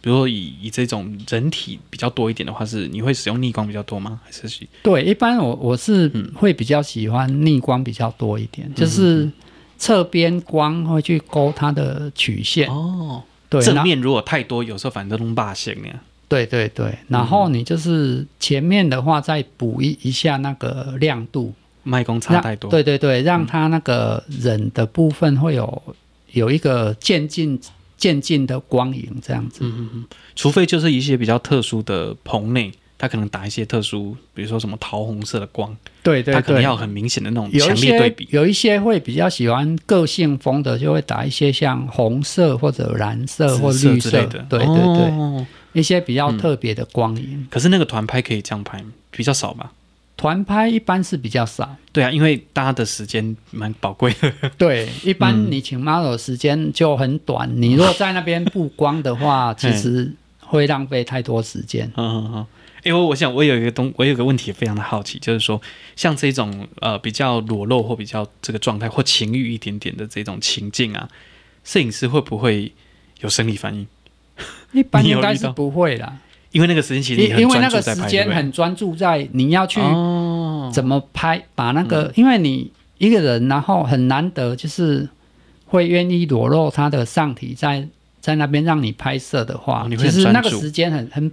S1: 比如说以以这种人体比较多一点的话，是你会使用逆光比较多吗？还是喜
S2: 对，一般我我是
S1: 嗯
S2: 会比较喜欢逆光比较多一点，就是侧边光会去勾它的曲线。
S1: 哦，
S2: 对，
S1: 正
S2: 然后
S1: 面如果太多，有时候反正弄霸线那样。
S2: 对对对，然
S1: 嗯
S2: 后你就是前面的话再补一一下那个亮度，
S1: 麦公差
S2: 让
S1: 太多，嗯
S2: 对对对，让他那个人的部分会有有一个渐进渐进的光影这样子。
S1: 嗯除非就是一些比较特殊的棚内，它可能打一些特殊，比如说什么桃红色的光，
S2: 对对
S1: 它可能
S2: 对，
S1: 要很明显的那种
S2: 有一
S1: 强烈对
S2: 些
S1: 比。
S2: 有一些会比较喜欢个性风的，就会打一些像红色或者蓝色或
S1: 紫
S2: 绿
S1: 之
S2: 色
S1: 类的，，
S2: 对对对，
S1: 哦
S2: 一些比较特别的光影。
S1: 可是那个团拍可以这样拍，比较少吧？
S2: 团拍一般是比较少，
S1: 对啊，因为大家的时间蛮宝贵的。 嗯
S2: 对，一般你请 model 时间就很短，你如果在那边布光 的话，其实会浪费太多时间。
S1: 嗯嗯嗯。哎、我我想我有一个东，我有一个问题非常的好奇，就是说，像这种呃比较裸露或比较这个状态或情欲一点点的这种情境啊，摄影师会不会有生理反应？
S2: 一 般
S1: 你有
S2: 应该
S1: 遇
S2: 是
S1: 到
S2: 不会啦，
S1: 因为那个时间其实你
S2: 因
S1: 很
S2: 因为那
S1: 专注
S2: 个
S1: 在
S2: 时
S1: 拍，对
S2: 间
S1: 不对
S2: 很专注在你要去
S1: 哦，嗯
S2: 怎么拍，把那个，因为你一个人，然后很难得就是会愿意裸露他的上体在在那边让你拍摄的话
S1: 哦，你会
S2: 其
S1: 很
S2: 实那个
S1: 专注
S2: 时间很很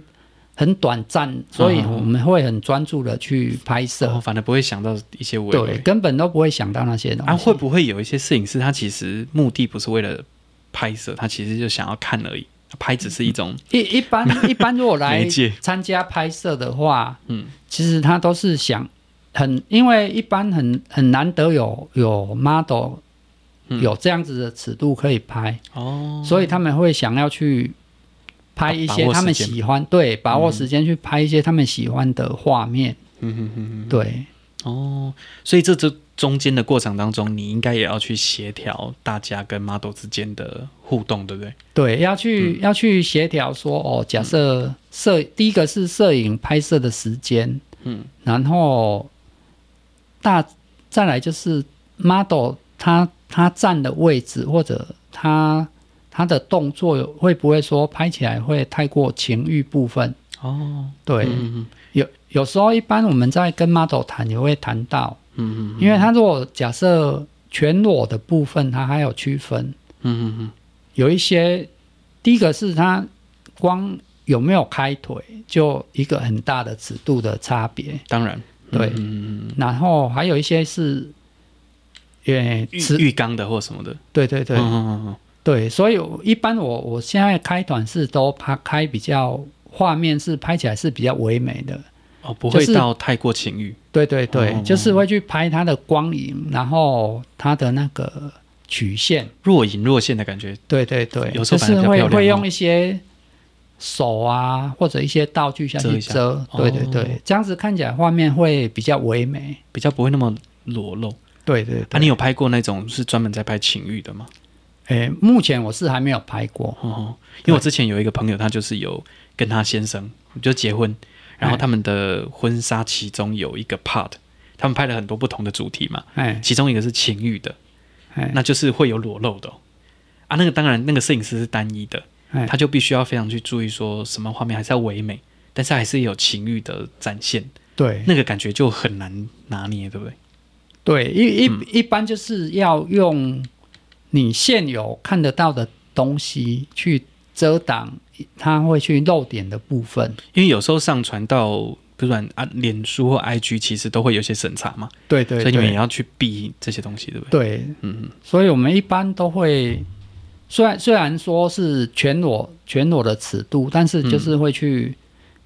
S2: 很短暂，所以
S1: 嗯嗯嗯
S2: 我们会很专注的去拍
S1: 哦
S2: 摄，
S1: 反正不会想到一些微
S2: 对，
S1: 微。
S2: 根本都不会想到那些东
S1: 啊，
S2: 西。
S1: 会不会有一些摄影师他其实目的不是为了拍摄，他其实就想要看而已，拍只是一种
S2: 一 一般一般如果来
S1: 媒介
S2: 参加拍摄的话，
S1: 嗯，
S2: 其实他都是想很，因为一般很很难得有有 model
S1: 嗯
S2: 有这样子的尺度可以拍，
S1: 哦，
S2: 所以他们会想要去拍一
S1: 把
S2: 些
S1: 握
S2: 他们
S1: 时间
S2: 喜欢，对，把握时间去拍一些他们喜欢的画面，
S1: 嗯哼哼哼，
S2: 对
S1: 哦，所以这这中间的过程当中，你应该也要去协调大家跟 model 之间的互动，对不对？
S2: 对，要
S1: 嗯
S2: 去、要去协调说哦，假设摄第一个是摄影拍摄的时间，
S1: 嗯，
S2: 然后大再来就是 model 他他站的位置或者他他的动作会不会说拍起来会太过情欲部分？
S1: 哦，
S2: 对，
S1: 嗯
S2: 有有时候一般我们在跟 model 谈也会谈到，
S1: 嗯嗯
S2: 因为他如果假设全裸的部分，它还有区分，
S1: 嗯嗯嗯，
S2: 有一些第一个是他光有没有开腿，就一个很大的尺度的差别。
S1: 当然，
S2: 对
S1: 嗯嗯
S2: 然后还有一些是，也
S1: 浴
S2: 吃
S1: 浴缸的或什么的，
S2: 对对对、
S1: 嗯嗯嗯
S2: 对，所以我一般我我现在开短是都拍开比较画面是拍起来是比较唯美的，
S1: 哦，不会
S2: 就是
S1: 到太过情欲，
S2: 对对对，
S1: 哦
S2: 就是会去拍它的光影，然后它的那个曲线，
S1: 若隐若现的感觉，
S2: 对对对，
S1: 有时候
S2: 就
S1: 反而
S2: 是
S1: 比较
S2: 会
S1: 漂亮哦
S2: 会用一些手啊或者一些道具下
S1: 遮
S2: 去
S1: 一下
S2: 遮，对对对，
S1: 哦
S2: 这样子看起来画面会比较唯美，
S1: 比较不会那么裸露。
S2: 对对
S1: 啊，
S2: 对。
S1: 你有拍过那种是专门在拍情欲的吗？
S2: 诶，目前我是还没有拍过，
S1: 哦，因为我之前有一个朋友，他就是有跟他先生就结婚，然后他们的婚纱其中有一个 part，他们拍了很多不同的主题嘛，
S2: 哎
S1: 其中一个是情欲的，
S2: 哎
S1: 那就是会有裸露的哦、啊，那个当然那个摄影师是单一的，
S2: 哎
S1: 他就必须要非常去注意说什么画面还是要唯美，但是还是有情欲的展现，
S2: 对
S1: 那个感觉就很难拿捏，对不对？
S2: 对，一一、
S1: 嗯
S2: 一般就是要用你现有看得到的东西去遮挡它会去露点的部分，
S1: 因为有时候上传到不管啊脸书或 IG，其实都会有一些审查嘛，
S2: 对对
S1: 所以你们也
S2: 对
S1: 要去避这些东西，对不对？
S2: 对，
S1: 嗯嗯。
S2: 所以我们一般都会，虽然虽然说是全裸全裸的尺度，但是
S1: 嗯
S2: 就是会去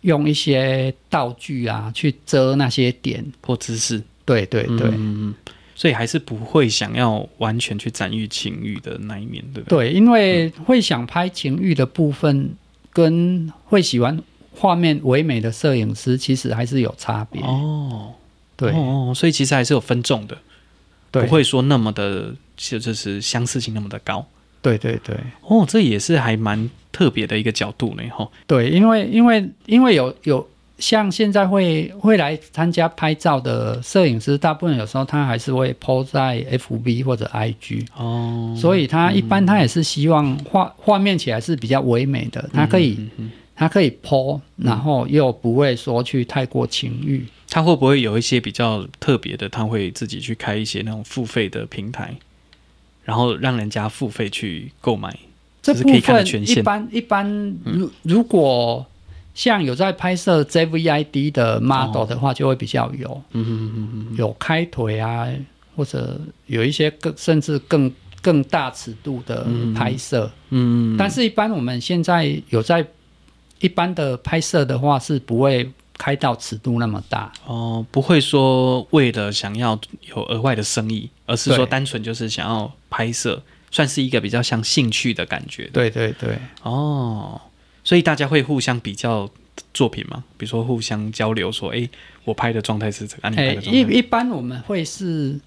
S2: 用一些道具啊去遮那些点。
S1: 或姿势，
S2: 对对对，
S1: 嗯嗯嗯所以还是不会想要完全去展喻情欲的那一面，对不对？
S2: 对，因为会想拍情欲的部分，跟会喜欢画面唯美的摄影师，其实还是有差别。
S1: 哦，
S2: 对、
S1: 哦，所以其实还是有分众的，
S2: 对，
S1: 不，会说那么的，就就是相似性那么的高。
S2: 对对对
S1: 哦，这也是还蛮特别的一个角度呢，吼。
S2: 对，因为因为因为有有像现在会会来参加拍照的摄影师，大部分有时候他还是会 PO 在 FB 或者 IG，、
S1: 哦，
S2: 所以他一般他也是希望画画面起来是比较唯美的，他可以、
S1: 嗯嗯嗯嗯
S2: 他可以 PO，然后又不会说去太过情欲。
S1: 他会不会有一些比较特别的？他会自己去开一些那种付费的平台，然后让人家付费去购买。
S2: 这
S1: 就是
S2: 部
S1: 可以看得
S2: 分
S1: 全
S2: 一
S1: 线嗯
S2: 般一般，如如果像有在拍摄 JVID
S1: 哦
S2: 的 model 的话，就会比较有
S1: 嗯嗯嗯嗯，
S2: 有开腿啊，或者有一些更甚至更更大尺度的
S1: 嗯
S2: 拍摄。
S1: 嗯，
S2: 但是，一般我们现在有在一般的拍摄的话，是不会开到尺度那么大。
S1: 哦，不会说为了想要有额外的生意，而是说
S2: 对
S1: 单纯就是想要拍摄，算是一个比较像兴趣的感觉。
S2: 对对对，
S1: 哦，所以大家会互相比较作品嘛，比如说互相交流说，诶，我拍的状态是这个，啊，你
S2: 哎、
S1: 拍的状
S2: 一
S1: 态
S2: 一般我们会是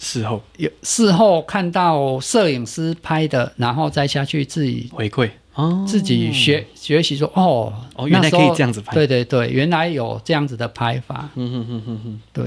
S1: 事后
S2: 有事后看到摄影师拍的，然后再下去自己
S1: 回馈哦，
S2: 自己学学习说哦，
S1: 哦原来
S2: 那时候
S1: 可以这样子拍
S2: 对对对，原来有这样子的拍法，
S1: 嗯哼哼哼哼，
S2: 对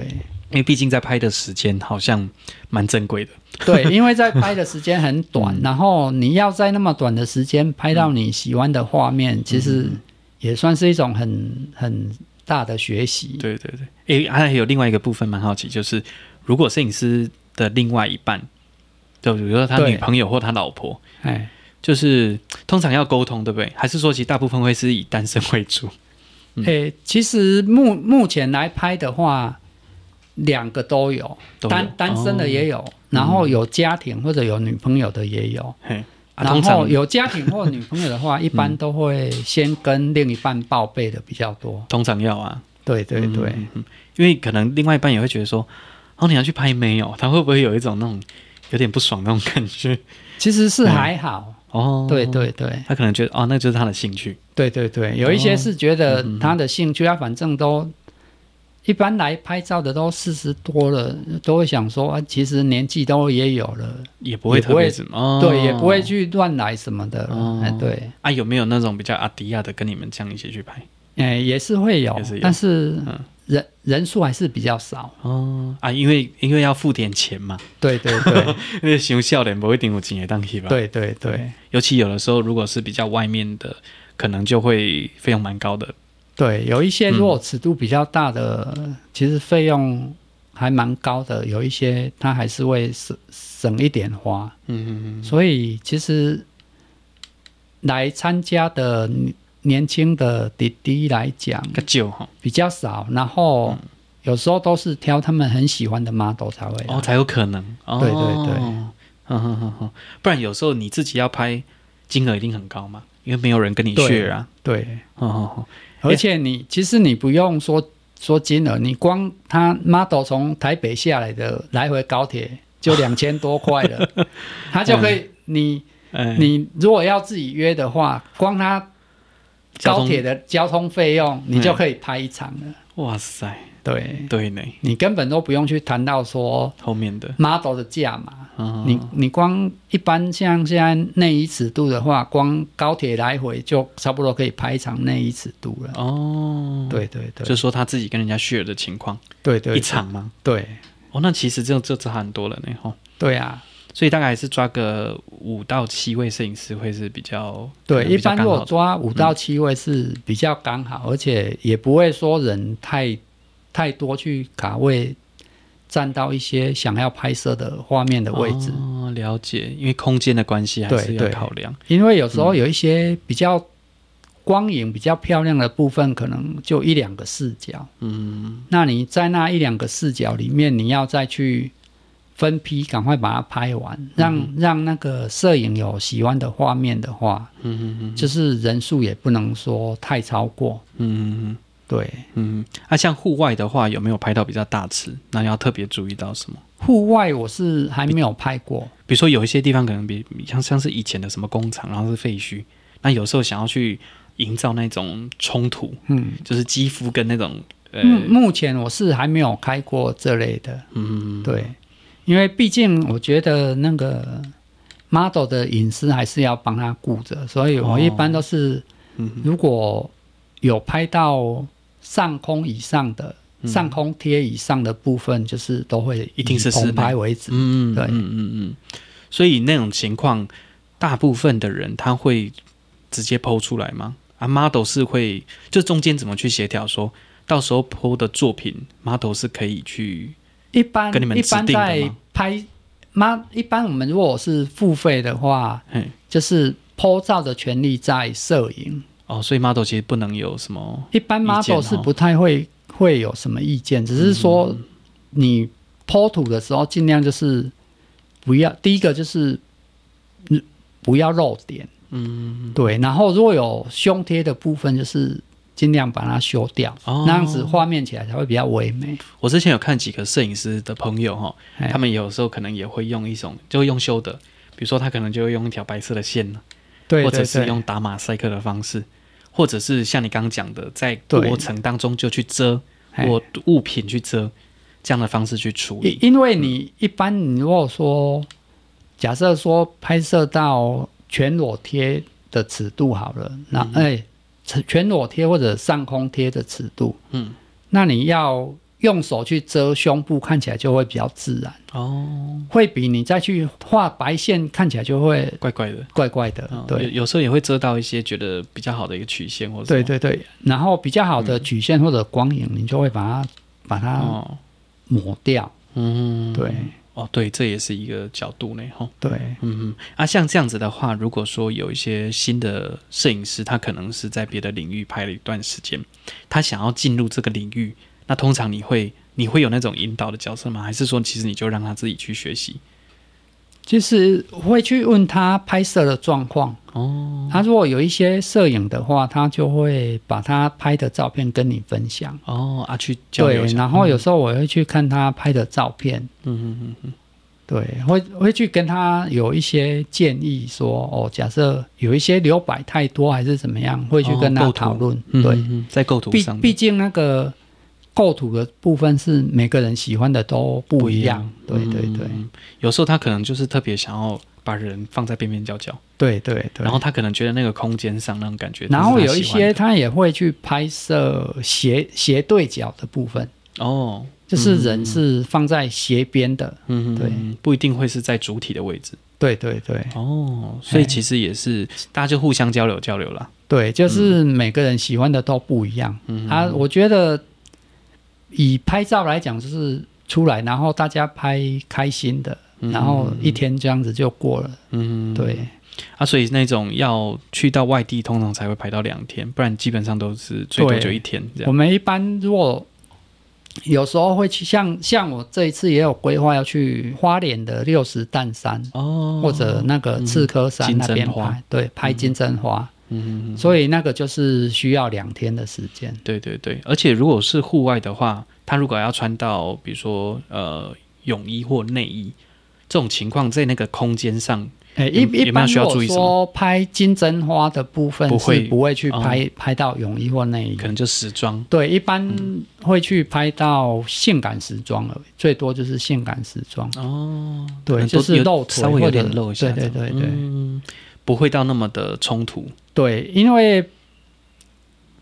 S1: 因为毕竟在拍的时间好像蛮珍贵的，
S2: 对，因为在拍的时间很
S1: 嗯
S2: 短，然后你要在那么短的时间拍到你喜欢的画面，其实
S1: 嗯
S2: 也算是一种很很大的学习。
S1: 对对对，诶、啊还有另外一个部分蛮好奇，就是如果摄影师的另外一半，就比如说他
S2: 对
S1: 女朋友或他老婆，
S2: 哎，
S1: 就是通常要沟通，对不对？还是说其实大部分会是以单身为主？嗯
S2: 诶、哎其实目目前来拍的话，两个都有，
S1: 都有哦
S2: 单单身的也有，然后有家庭或者有女朋友的也有。
S1: 嘿，啊，通
S2: 然后
S1: 常嗯
S2: 有家庭或女朋友的 话，一般都会先跟另一半报备的比较多。
S1: 通常要啊，
S2: 对对对，
S1: 嗯嗯嗯因为可能另外一半也会觉得说，哦，你要去拍没有？他会不会有一种那种有点不爽那种感觉？
S2: 其实
S1: 嗯
S2: 是还好。
S1: 哦，
S2: 对，对对
S1: 他可能觉得哦，那就是他的兴趣，
S2: 对对对，有一些是觉得他的兴趣，他反正都一般来拍照的都四十多了，都会想说啊，其实年纪都也有了，
S1: 也不会
S2: 也不
S1: 特别
S2: 会
S1: 什么，哦
S2: 对，也不会去乱来什么的
S1: 哦。
S2: 哎，对，
S1: 啊，有没有那种比较阿迪亚的跟你们这样一起去拍？
S2: 哎，也是会有
S1: 也是有，
S2: 但是
S1: 嗯
S2: 人人数还是比较少。
S1: 哦，啊，因为因为要付点钱嘛，
S2: 对对 对
S1: 因为熊笑脸不一定有钱也当去吧。，
S2: 对对对
S1: 尤其有的时候如果是比较外面的，可能就会费用蛮高的。
S2: 对，有一
S1: 嗯
S2: 些如果尺度比较大的，其实费用还蛮高的，有一些他还是会省省一点花。
S1: 嗯嗯嗯，
S2: 所以其实来参加的年年轻的弟弟来讲
S1: 个旧哈，
S2: 比较少，然
S1: 嗯
S2: 后有时候都是挑他们很喜欢的 model 才会来。
S1: 哦，才有可能。哦、
S2: 对对对
S1: 嗯哼哼哼，不然有时候你自己要拍，金额一定很高嘛，因为没有人跟你
S2: 对
S1: 学啊。
S2: 对，
S1: 哦哦哦，
S2: 而且你其实你不用说说金额，你光他 model 从台北下来的来回高铁就 两千多块了，他就可以你。
S1: 嗯哎，
S2: 你如果要自己约的话，光他
S1: 交通哎
S2: 高铁的交通费用，你就可以拍一场了。
S1: 哇塞，
S2: 对，
S1: 对呢，
S2: 你根本都不用去谈到说
S1: 后面的，
S2: model 的价嘛。
S1: 哦、
S2: 你你光一般像现在内衣尺度的话，光高铁来回就差不多可以拍一场内衣尺度了。
S1: 哦，
S2: 对对对，
S1: 就说他自己跟人家 share 的情况，
S2: 对对
S1: 一场吗？
S2: 对
S1: 哦，那其实这这差很多了呢，吼、
S2: 对啊，
S1: 所以大概还是抓个五到七位摄影师会是比较
S2: 对，
S1: 可能
S2: 一
S1: 比较
S2: 般
S1: 刚
S2: 如
S1: 好嗯的
S2: 果抓五到七位是比较刚好，而且也不会说人太太多去卡位，占到一些想要拍摄的画面的位置。
S1: 哦，了解，因为空间的关系还
S2: 对
S1: 是要
S2: 对
S1: 考量。
S2: 因为有时
S1: 嗯
S2: 候有一些比较光影比较漂亮的部分，可能就一两个视角。
S1: 嗯，
S2: 那你在那一两个视角里面，你要再去分批赶快把它拍完，让、
S1: 嗯
S2: 让那个摄影有喜欢的画面的话，
S1: 嗯嗯嗯
S2: 就是人数也不能说太超过。
S1: 嗯嗯，
S2: 对，
S1: 嗯，那、像户外的话，有没有拍到比较大池？那要特别注意到什么？
S2: 户外我是还没有拍过，
S1: 比如说有一些地方可能比像像是以前的什么工厂，然后是废墟，那有时候想要去营造那种冲突，
S2: 嗯，
S1: 就是肌肤跟那种呃，
S2: 目目前我是还没有开过这类的，
S1: 嗯，
S2: 对，因为毕竟我觉得那个 model 的隐私还是要帮他顾着，所以我一般都是
S1: 哦嗯
S2: 如果有拍到上空以上的、上空贴以上的部分，就是都会
S1: 嗯一定是
S2: 以
S1: 室内
S2: 棚拍为止。
S1: 嗯，
S2: 对
S1: 嗯嗯嗯，所以那种情况，大部分的人他会直接剖出来吗？啊，model 是会，就中间怎么去协调说？到时候剖的作品，model 是可以去，
S2: 一般
S1: 跟你们
S2: 一
S1: 指
S2: 般
S1: 定的
S2: 在
S1: 吗
S2: 拍妈，一般我们如果是付费的话，
S1: 嘿，
S2: 就是拍照的权利在摄影。
S1: 哦，所以 model 其实不能有什么，
S2: 一般
S1: 意见
S2: model
S1: 哦
S2: 是不太会会有什么意见，只是
S1: 嗯
S2: 说你剖图的时候尽量就是不要第一个就是嗯不要露点，
S1: 嗯，
S2: 对，然后如果有胸贴的部分就是。尽量把它修掉，
S1: 哦
S2: 那样子画面起来才会比较唯美。
S1: 我之前有看几个摄影师的朋友哈，
S2: 哎
S1: 他们有时候可能也会用一种，就会用修的，比如说他可能就会用一条白色的线呢，
S2: 对
S1: 或者
S2: 对
S1: 是
S2: 对
S1: 用打马赛克的方式，或者是像你刚刚讲的，在
S2: 对
S1: 过程当中就去遮
S2: 哎
S1: 或物品去遮这样的方式去处
S2: 因
S1: 理。
S2: 因为你一般你如果说，假设说拍摄到全裸贴的尺度好了，
S1: 嗯
S2: 那哎、全裸贴或者上空贴的尺度，
S1: 嗯，
S2: 那你要用手去遮胸部，看起来就会比较自然，
S1: 哦，
S2: 会比你再去画白线看起来就会
S1: 怪怪的。
S2: 怪怪的，
S1: 嗯、
S2: 呃对。
S1: 有有时候也会遮到一些觉得比较好的一个曲线或者
S2: 对
S1: 什么
S2: 对对，然后比较好的曲线或者光影，你就会把它把它
S1: 嗯哦，
S2: 抹掉。
S1: 嗯，
S2: 啊对
S1: 哦，对，这也是一个角度呢，哈、
S2: 对，
S1: 嗯嗯，啊，像这样子的话，如果说有一些新的摄影师，他可能是在别的领域拍了一段时间，他想要进入这个领域，那通常你会你会有那种引导的角色吗？还是说其实你就让他自己去学习？
S2: 就是会去问他拍摄的状况。
S1: 哦
S2: 他如果有一些摄影的话，他就会把他拍的照片跟你分享。
S1: 哦啊，去交
S2: 对
S1: 流一，下，
S2: 然后有时候我会去看他拍的照片，
S1: 嗯嗯嗯
S2: 对，会会去跟他有一些建议说，哦，假设有一些留白太多还是怎么样，会去
S1: 哦
S2: 跟
S1: 构
S2: 他
S1: 图
S2: 讨论。
S1: 嗯，
S2: 对，
S1: 嗯嗯在构图
S2: 毕
S1: 上
S2: 毕竟那个构图的部分是每个人喜欢的都不一样。对对对、
S1: 嗯有时候他可能就是特别想要把人放在边边角角，
S2: 对对对。
S1: 然后他可能觉得那个空间上那种感觉，
S2: 然后有一
S1: 这是他喜欢
S2: 些他也会去拍摄斜斜对角的部分，
S1: 的哦，
S2: 就是人是放在斜边的。
S1: 嗯，
S2: 对
S1: 对，不一定会是在主体的位置。
S2: 对对对
S1: 哦，所以
S2: 嘿
S1: 其实也是大家就互相交流交流啦。
S2: 对，就是每个人喜欢的都不一样。
S1: 嗯
S2: 啊，我觉得以拍照来讲，就是出来然后大家拍开心的，
S1: 嗯
S2: 然后一天这样子就过了。
S1: 嗯，
S2: 对，
S1: 啊，所以那种要去到外地，通常才会排到两天，不然基本上都是最多
S2: 对
S1: 就一天这
S2: 我
S1: 样。
S2: 们一般如果有时候会去，像像我这一次也有规划要去花莲的六十担山。
S1: 哦，
S2: 或者那个刺科山那边
S1: 金针花
S2: 拍，对，拍金针花，
S1: 嗯，嗯，嗯
S2: 所以那个就是需要两天的时间。
S1: 对对对，而且如果是户外的话，他如果要穿到比如说呃泳衣或内衣这种情况，在那个空间上
S2: 诶，
S1: 有
S2: 一
S1: 有没有
S2: 哎一般
S1: 需
S2: 如
S1: 要注
S2: 果
S1: 意什么
S2: 说拍金针花的部分
S1: 不会哦
S2: 是不会去拍拍到泳衣或内衣
S1: 可，能嗯就时装
S2: 对，一般会去拍到性感时装而已，最多就是性感时装，
S1: 哦，可
S2: 对，
S1: 能都
S2: 就是
S1: 有
S2: 露腿
S1: 稍微
S2: 或
S1: 有
S2: 者
S1: 点露一下这
S2: 对
S1: 样，
S2: 对对对
S1: 嗯，不会到那么的冲突。
S2: 对，因为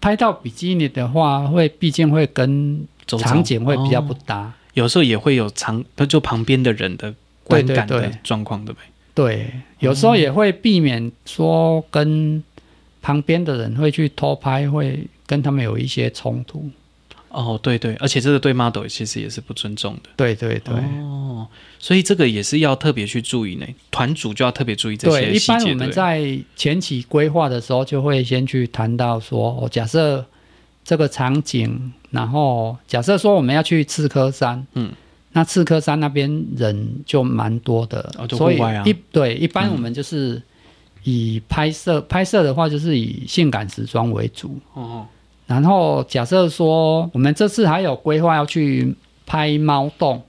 S2: 拍到比基尼的话，会毕竟会跟
S1: 周遭
S2: 场景会比较不
S1: 哦
S2: 搭，
S1: 有时候也会有旁就旁边的人的观感
S2: 对
S1: 的
S2: 对对
S1: 状况，对不对？
S2: 对，有
S1: 嗯
S2: 时候也会避免说跟旁边的人会去偷拍，会跟他们有一些冲突。
S1: 哦，对对，而且这个对 model 其实也是不尊重的。
S2: 对对对、
S1: 哦，所以这个也是要特别去注意呢。团主就要特别注意这
S2: 对，
S1: 些
S2: 一
S1: 细
S2: 般
S1: 节。
S2: 我们
S1: 对不对
S2: 在前期规划的时候，就会先去谈到说，哦，假设这个场景，然后假设说我们要去刺科山，
S1: 嗯。
S2: 那刺科山那边人就蛮多的，
S1: 哦就户
S2: 所以
S1: 外啊
S2: 一对一般我们就是以拍摄、拍摄的话，就是以性感时装为主，
S1: 哦，
S2: 然后假设说我们这次还有规划要去拍猫洞，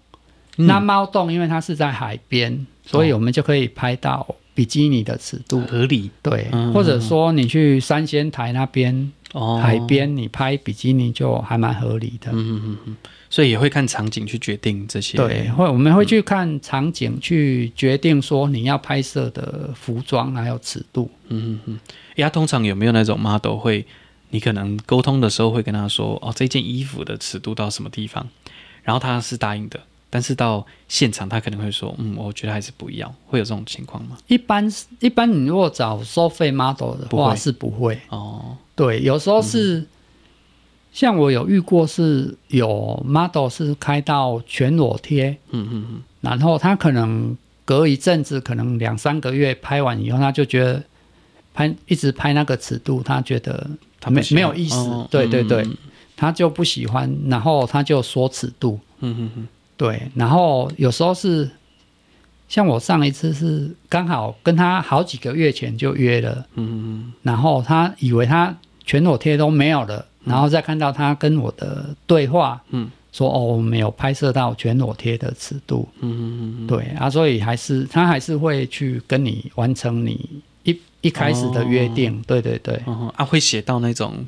S1: 嗯
S2: 那猫洞因为它是在海边，所以我们就可以拍到比基尼的尺度，
S1: 合理
S2: 对，
S1: 哦嗯
S2: 或者说你去三仙台那边、
S1: 哦，
S2: 海，边，你拍比基尼就还蛮合理的。
S1: 嗯嗯嗯，所以也会看场景去决定这些，
S2: 对，，会我们会去看场景，去决定说你要拍摄的服装还有尺度。
S1: 嗯嗯嗯，呀，通常有没有那种 model 会，你可能沟通的时候会跟他说，哦，这件衣服的尺度到什么地方，然后他是答应的，但是到现场他可能会说，嗯，我觉得还是不要，会有这种情况吗？
S2: 一般一般你如果找收费 model 的
S1: 不
S2: 话
S1: 会
S2: 是不会，
S1: 哦，
S2: 对，有时候是、像我有遇过是有 model 是开到全裸贴，
S1: 嗯嗯嗯，
S2: 然后他可能隔一阵子，可能两三个月拍完以后，他就觉得拍一直拍那个尺度，他觉得
S1: 他不
S2: 没
S1: 喜
S2: 没
S1: 欢
S2: 有意思，
S1: 哦
S2: 对对对，
S1: 嗯
S2: 他就不喜欢，然后他就缩尺度，
S1: 嗯嗯嗯，
S2: 对，然后有时候是像我上一次是刚好跟他好几个月前就约了，
S1: 嗯嗯
S2: 然后他以为他全裸贴都没有了，然后再看到他跟我的对话，
S1: 嗯，
S2: 说哦，我们有拍摄到全裸贴的尺度，
S1: 嗯嗯嗯，
S2: 对啊，所以还是他还是会去跟你完成你一一开始的约定，对对对，
S1: 哦啊，会写到那种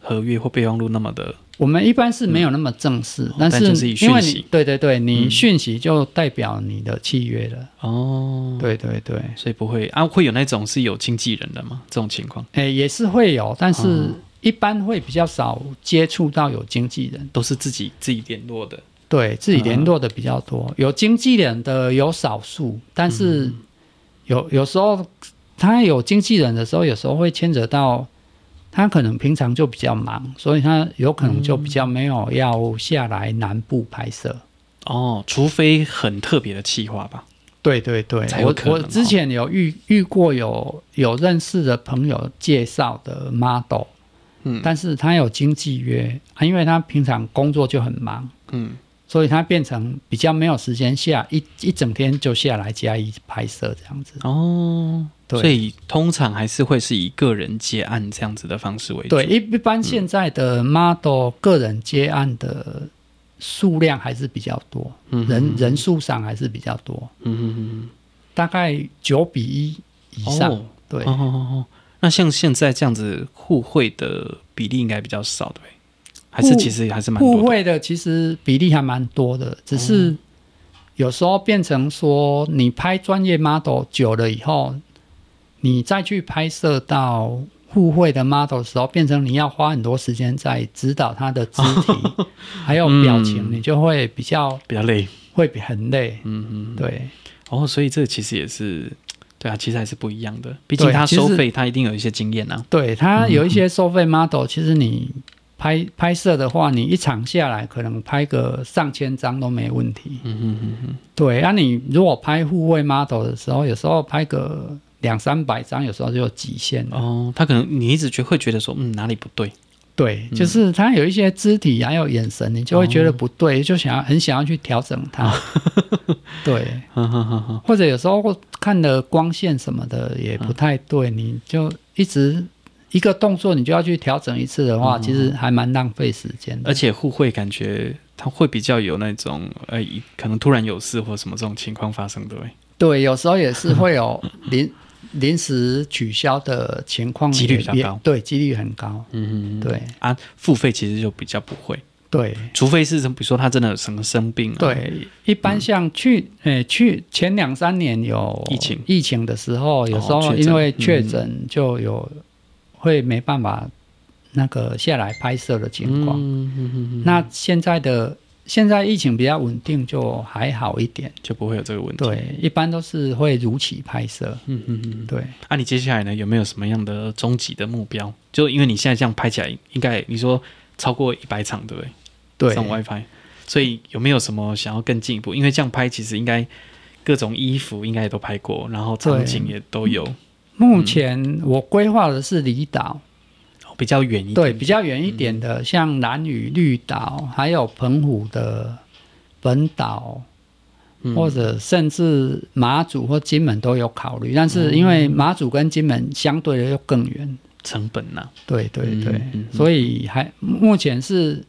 S1: 合约或备忘录那么的，
S2: 我们一般是没有那么正式，
S1: 嗯哦
S2: 但
S1: 但就是以
S2: 因为
S1: 讯
S2: 你
S1: 息
S2: 对对对，你
S1: 嗯
S2: 讯息就代表你的契约了，
S1: 哦，，
S2: 对对对，
S1: 所以不会啊，会有那种是有经纪人的吗？这种情况
S2: 诶、也是会有，但是
S1: 哦
S2: 一般会比较少接触到有经纪人，
S1: 都是自己自己联络的，
S2: 对自己联络的比较多，有经纪人的有少数，但是有有时候他有经纪人的时候，有时候会牵扯到他可能平常就比较忙，所以他有可能就比较没有要下来南部拍摄。
S1: 哦，除非很特别的企划吧。
S2: 对对对
S1: 才，有
S2: 我
S1: 可能哦
S2: 我之前有遇遇过有有认识的朋友介绍的 model，
S1: 嗯
S2: 但是他有经纪约，啊因为他平常工作就很忙，
S1: 嗯，
S2: 所以他变成比较没有时间下一一整天就下来嘉义拍摄这样子。
S1: 哦，
S2: 对
S1: 所以通常还是会是以个人接案这样子的方式为主。
S2: 对，，一一般现在的 model 个人接案的数量还是比较多，
S1: 嗯
S2: 人人数上还是比较多，
S1: 嗯嗯
S2: 大概九比一以
S1: 嗯，
S2: 上。
S1: 哦
S2: 对
S1: 哦，哦哦，那像现在这样子互惠的比例应该比较少，对不对？还是
S2: 互
S1: 其实还是蛮
S2: 互
S1: 多的。嗯
S2: 惠的其实比例还蛮多的，只是有时候变成说，你拍专业 model 久了以后，你再去拍摄到互惠的 model 的时候，变成你要花很多时间在指导他的肢 体，还有表情，
S1: 嗯
S2: 你就会比较
S1: 比较累，
S2: 会比很累。
S1: 嗯嗯，
S2: 对
S1: 哦，所以这其实也是，对啊，其实还是不一样的。毕竟
S2: 对
S1: 他
S2: 其实
S1: 收费，他一定有一些经验啊。
S2: 对，他有一些收费 model，其实你。拍拍摄的话，你一场下来可能拍个上千张都没问题。
S1: 嗯嗯嗯嗯，
S2: 对，那、你如果拍护卫 model 的时候，有时候拍个两三百张，有时候就有极限了。
S1: 哦，他可能你一直觉会觉得说，嗯，哪里不对，
S2: 对，
S1: 嗯
S2: 就是他有一些肢体还有眼神，你就会觉得
S1: 哦
S2: 不对，就想要很想要去调整 它。对，
S1: 哈哈哈哈。
S2: 或者有时候看的光线什么的也不太对，你就一直一个动作你就要去调整一次的话，其实还蛮浪费时间
S1: 嗯
S2: 的。
S1: 而且互惠感觉他会比较有那种呃，一可能突然有事或什么这种情况发生，对不对？
S2: 对，有时候也是会有临 临时取消的情况也，
S1: 几率比较
S2: 也
S1: 高
S2: 对，几率很高。
S1: 嗯
S2: 对
S1: 啊，付费其实就比较不会，
S2: 对。
S1: 除非是比如说他真的有什么生病、啊，，
S2: 对，一般像去诶、去前两三年有
S1: 嗯疫情
S2: 疫情的时候，有时候
S1: 确诊
S2: 因为确
S1: 嗯
S2: 诊就有、会没办法那个下来拍摄的情况。
S1: 嗯嗯嗯，
S2: 那现在的现在疫情比较稳定，就还好一点。
S1: 就不会有这个问题。，
S2: 对，一般都是会如期拍摄。
S1: 嗯嗯嗯。
S2: 对，
S1: 啊，你接下来呢有没有什么样的终极的目标？就因为你现在这样拍起来，应该你说超过一百场，对不对？
S2: 对，
S1: 上 WiFi，所以有没有什么想要更进一步？因为这样拍其实应该各种衣服应该也都拍过，然后场
S2: 对
S1: 景也都有，
S2: 目前我规划的是离岛，
S1: 比较远一点。
S2: 对，比较远一点
S1: 嗯
S2: 的，像兰屿绿岛，还有澎湖的本岛，
S1: 嗯
S2: 或者甚至
S1: 嗯
S2: 马祖或金门都有考虑。但是因为马祖跟金门相对的又更远，
S1: 成本呐、
S2: 对对
S1: 嗯
S2: 对，
S1: 嗯
S2: 所以还目前是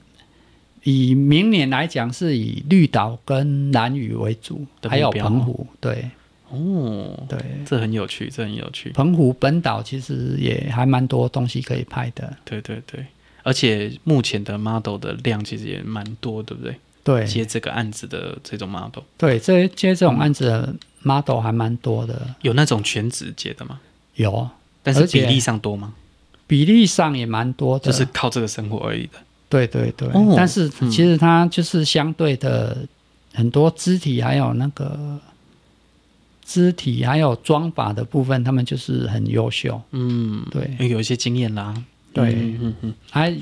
S2: 以明年来讲，是以绿岛跟蓝屿为主，
S1: 的
S2: 还
S1: 目
S2: 有
S1: 标
S2: 澎湖。对
S1: 哦，
S2: 对，
S1: 这很有趣，这很有趣。
S2: 澎湖本岛其实也还蛮多东西可以拍的。
S1: 对对对，而且目前的 model 的量其实也蛮多，对不对？
S2: 对
S1: 接这个案子的这种 model，
S2: 对，这接这种案子的 model 还蛮多的，
S1: 有那种全职接的吗？
S2: 有
S1: 但是
S2: 而且
S1: 比例上多吗？
S2: 比例上也蛮多的。
S1: 就是靠这个生活而已的。
S2: 对对对，
S1: 哦
S2: 但是
S1: 嗯
S2: 其实它就是相对的很多肢体还有那个肢体还有装法的部分，他们就是很优秀。
S1: 嗯，
S2: 对，
S1: 有一些经验啦。
S2: 对
S1: 嗯嗯嗯，
S2: 还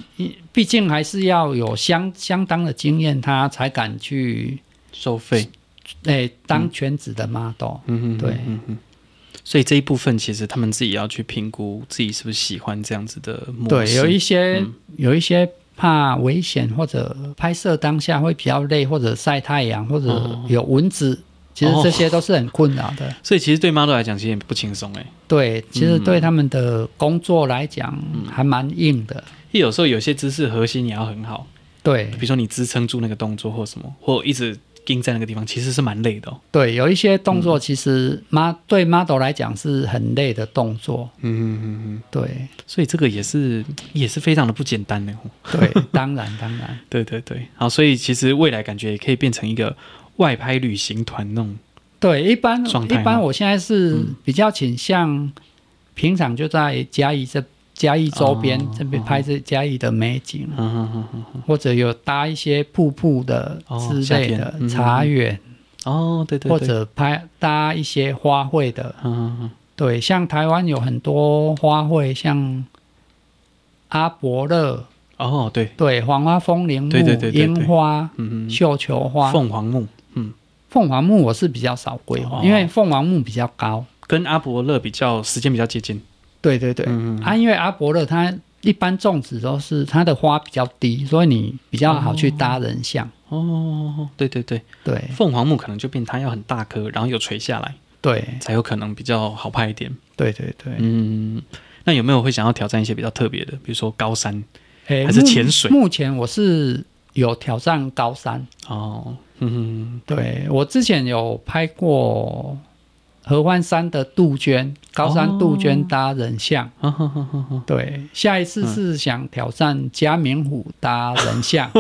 S2: 毕竟还是要有相相当的经验，他才敢去
S1: 收费。
S2: 诶、当全职的 model。
S1: 嗯嗯，
S2: 对
S1: 嗯嗯。所以这一部分其实他们自己要去评估自己是不是喜欢这样子的模式。
S2: 对，有一些、
S1: 嗯
S2: 有一些怕危险或者拍摄当下会比较累，或者晒太阳或者
S1: 哦
S2: 有蚊子，其实这些都是很困扰的。
S1: 所以其实对 model 来讲，其实也不轻松哎。
S2: 对，其实对他们的工作来讲
S1: 嗯
S2: 还蛮硬的。
S1: 因为有时候有些姿势核心也要很好，
S2: 对
S1: 比如说你支撑住那个动作或什么，或一直盯在那个地方，其实是蛮累的哦。
S2: 对，有一些动作其实妈、对 model 来讲是很累的动作。
S1: 嗯嗯嗯
S2: 对
S1: 嗯。所以这个也是也是非常的不简单呢。哦
S2: 对，当然当 然，
S1: 对对对，好，所以其实未来感觉也可以变成一个外拍旅行团那种。
S2: 对一般
S1: 状态嗯
S2: 一
S1: 吗
S2: 般我现在是
S1: 嗯
S2: 比较倾向平常就在嘉义这嘉义周边、
S1: 哦
S2: 这边拍这嘉义的美景，
S1: 嗯嗯嗯嗯嗯。
S2: 或者有搭一些瀑布的
S1: 哦
S2: 之
S1: 夏
S2: 类
S1: 天
S2: 的、
S1: 嗯
S2: 茶园，
S1: 哦，对对对。
S2: 或者拍搭一些花卉的。
S1: 嗯，嗯嗯
S2: 对，像台湾有很多花卉，像阿伯乐，
S1: 哦，对，
S2: 对，黄花风铃木、
S1: 对对对对对
S2: 樱花、
S1: 嗯嗯嗯。
S2: 绣球花、
S1: 凤凰木，嗯，
S2: 凤凰木，我是比较少规划，
S1: 哦
S2: 因为凤凰木比较高。
S1: 跟阿伯乐比较时间比较接近。
S2: 对对对，
S1: 嗯，嗯嗯
S2: 啊，因为阿伯乐它一般种植都是它的花比较低，所以你比较好去搭人像。
S1: 哦，对对对，
S2: 对
S1: 凤凰木可能就变它要很大颗，然后有垂下来，
S2: 对
S1: 才有可能比较好拍一点。
S2: 对对对，
S1: 嗯，那有没有会想要挑战一些比较特别的，比如说高山？
S2: 诶
S1: 嗯还是
S2: 目
S1: 潜水
S2: 目前我是有挑战高山，
S1: 哦，嗯，
S2: 对我之前有拍过合欢山的杜鹃，高山杜鹃搭人像。
S1: 哈哈哈哈哈，
S2: 对，下一次是想挑战嘉明湖搭 人像，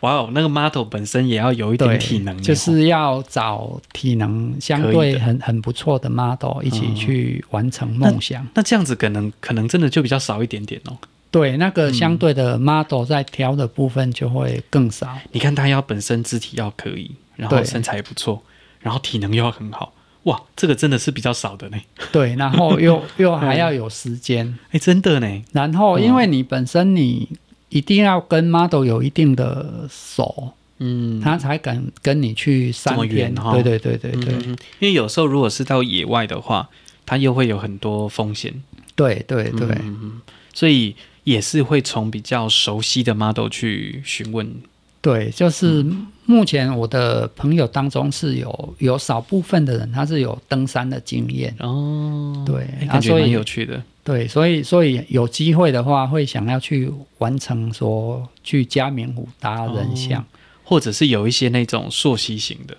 S1: 哇哦，那个 model 本身也要有一
S2: 对，
S1: 点体能耶，哦
S2: 就是要找体能相
S1: 可以
S2: 对
S1: 的
S2: 很很不错的 model 一起去完成梦想。
S1: 那这样子可能可能真的就比较少一点点哦。
S2: 对，那个相对的 model 在挑的部分就会更少。
S1: 你看他要本身肢体要可以，然后
S2: 对
S1: 身材也不错，然后体能又要很好，哇，这个真的是比较少的呢。
S2: 对，然后 又又
S1: 嗯
S2: 还要有时间，
S1: 哎，真的呢，
S2: 然后
S1: 嗯
S2: 因为你本身你一定要跟 model 有一定的熟。
S1: 嗯，
S2: 他才敢跟你去三
S1: 这么
S2: 天。
S1: 远哈
S2: 对对对对对、
S1: 嗯因为有时候如果是到野外的话，它又会有很多风险，
S2: 对对对、
S1: 嗯所以也是会从比较熟悉的 model 去询问。
S2: 对，就是
S1: 嗯
S2: 目前我的朋友当中是有有少部分的人他是有登山的经验，
S1: 哦，
S2: 对
S1: 诶
S2: 啊，
S1: 感觉
S2: 所
S1: 蛮
S2: 以
S1: 有趣的。
S2: 对，所以所以有机会的话会想要去完成说去嘉明湖搭人
S1: 哦
S2: 像，
S1: 或者是有一些那种溯溪型的，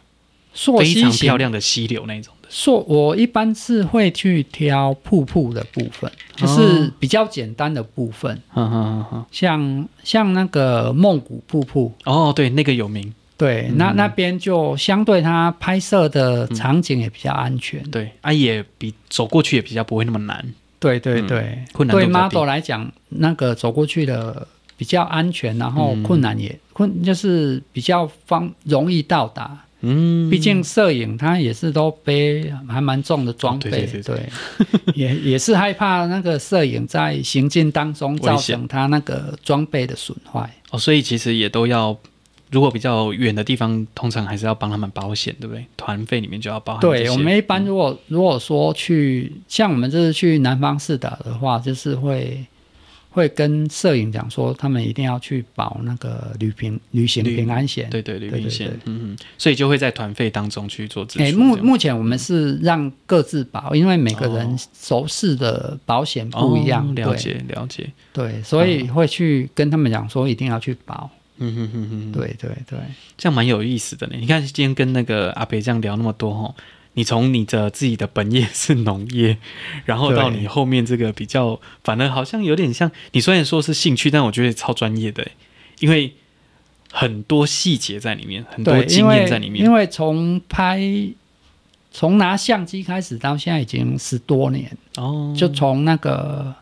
S2: 溯
S1: 非
S2: 溪
S1: 常
S2: 型
S1: 漂。亮的溪流那种的。
S2: 溯我一般是会去挑瀑布的部分，
S1: 哦
S2: 就是比较简单的部分，
S1: 哈哈哈哈
S2: 像像那个梦谷瀑布，
S1: 哦，对，那个有名，
S2: 对，
S1: 嗯
S2: 那那边就相对它拍摄的场景也比较安全。
S1: 对，啊也比走过去也比较不会那么难。
S2: 对对
S1: 嗯
S2: 对，
S1: 困难度
S2: 对
S1: 比较低
S2: model 来讲，那个走过去的比较安全，然后
S1: 嗯
S2: 困难也、困就是比较方容易到达。
S1: 嗯，
S2: 毕竟摄影它也是都背还蛮重的装备，
S1: 哦对对对
S2: 对 也也是害怕那个摄影在行进当中造
S1: 危险
S2: 成它那个装备的损坏。
S1: 哦，所以其实也都要，如果比较远的地方，通常还是要帮他们保险，对不对？团费里面就要包含这
S2: 对
S1: 些
S2: 我们一般如果如果说去像我们这次去南方四岛的话，就是会会跟摄影讲说，他们一定要去保那个旅平旅行
S1: 旅
S2: 平安险。
S1: 对对，旅
S2: 对
S1: 行
S2: 对
S1: 险
S2: 对，
S1: 嗯嗯，所以就会在团费当中去做支出。
S2: 哎，目
S1: 这样
S2: 目前我们是让各自保，因为每个
S1: 哦
S2: 人熟识的保险不一样，
S1: 哦了
S2: 对
S1: 解了解，
S2: 对，所以会去跟他们讲说一定要去保。
S1: 嗯哼哼哼，
S2: 对对对，
S1: 这样蛮有意思的呢。你看今天跟那个阿北这样聊那么多吼，你从你的自己的本业是农业， 然后到
S2: 对
S1: 你后面这个比较，反而好像有点像你虽然说是兴趣，但我觉得超专业的，欸因为很多细节在里面，很多
S2: 对，因
S1: 经验
S2: 为
S1: 在里面
S2: 因。为从拍从拿相机开始到现在已经十多年，
S1: 哦，
S2: 就从那个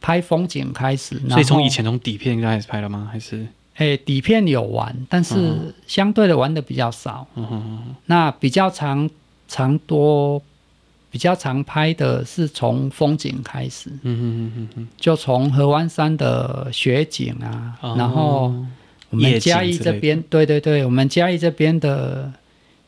S2: 拍风景开始，然后
S1: 所以从以前从底片开始拍了吗？还是
S2: 诶底片有玩，但是
S1: 嗯
S2: 相对的玩的比较少。
S1: 嗯哼哼哼
S2: 那比较常常多比较常拍的是从风景开始，
S1: 嗯哼哼哼
S2: 就从河湾山的雪景啊，
S1: 哼，
S2: 然后
S1: 哦
S2: 我们
S1: 夜景
S2: 嘉义
S1: 之类
S2: 这
S1: 的
S2: 边，对对对，我们嘉义这边的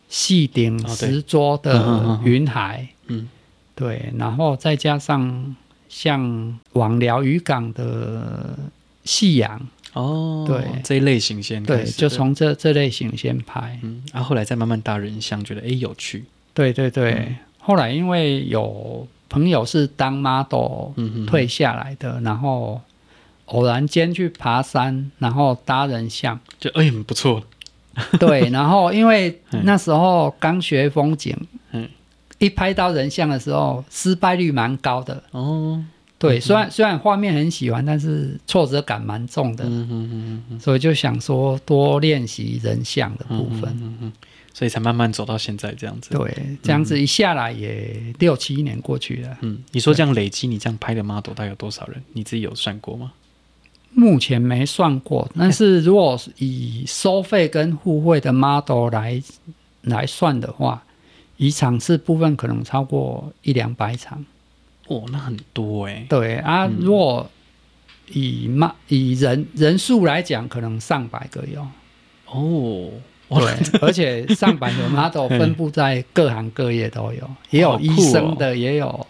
S2: 细顶
S1: 哦对
S2: 石桌
S1: 嗯哼嗯
S2: 的
S1: 哼
S2: 云海，
S1: 嗯
S2: 对，然后再加上像网寮渔港的夕阳，
S1: 哦，
S2: 对
S1: 这一类型先开
S2: 对，
S1: 始
S2: 就
S1: 的
S2: 从这这类型先拍，
S1: 嗯，然、后后来再慢慢搭人像，觉得哎有趣，
S2: 对对对。
S1: 嗯
S2: 后来因为有朋友是当 model
S1: 嗯哼，
S2: 退下来的，然后偶然间去爬山，然后搭人像，
S1: 就哎很不错，
S2: 对，然后因为
S1: 嗯
S2: 那时候刚学风景，
S1: 嗯
S2: 一拍到人像的时候，失败率蛮高的。
S1: 哦，
S2: 对，虽然虽然画面很喜欢，但是挫折感蛮重的，
S1: 嗯哼哼哼，
S2: 所以就想说多练习人像的部分。
S1: 嗯所以才慢慢走到现在这样子。
S2: 对，这样子一下来也六七年过去了，
S1: 嗯，你说这样累积，你这样拍的 model 大概有多少人？你自己有算过吗？
S2: 目前没算过，但是如果以收费跟互惠的 model 来来算的话，以场次部分可能超过一两百场。
S1: 哦，那很多哎、
S2: 对啊，
S1: 嗯
S2: 如果以嘛以人人数来讲，可能上百个有。
S1: 哦，哇，
S2: 对，而且上百个 model 分布在各行各业都有，也
S1: 哦
S2: 有医生的，也有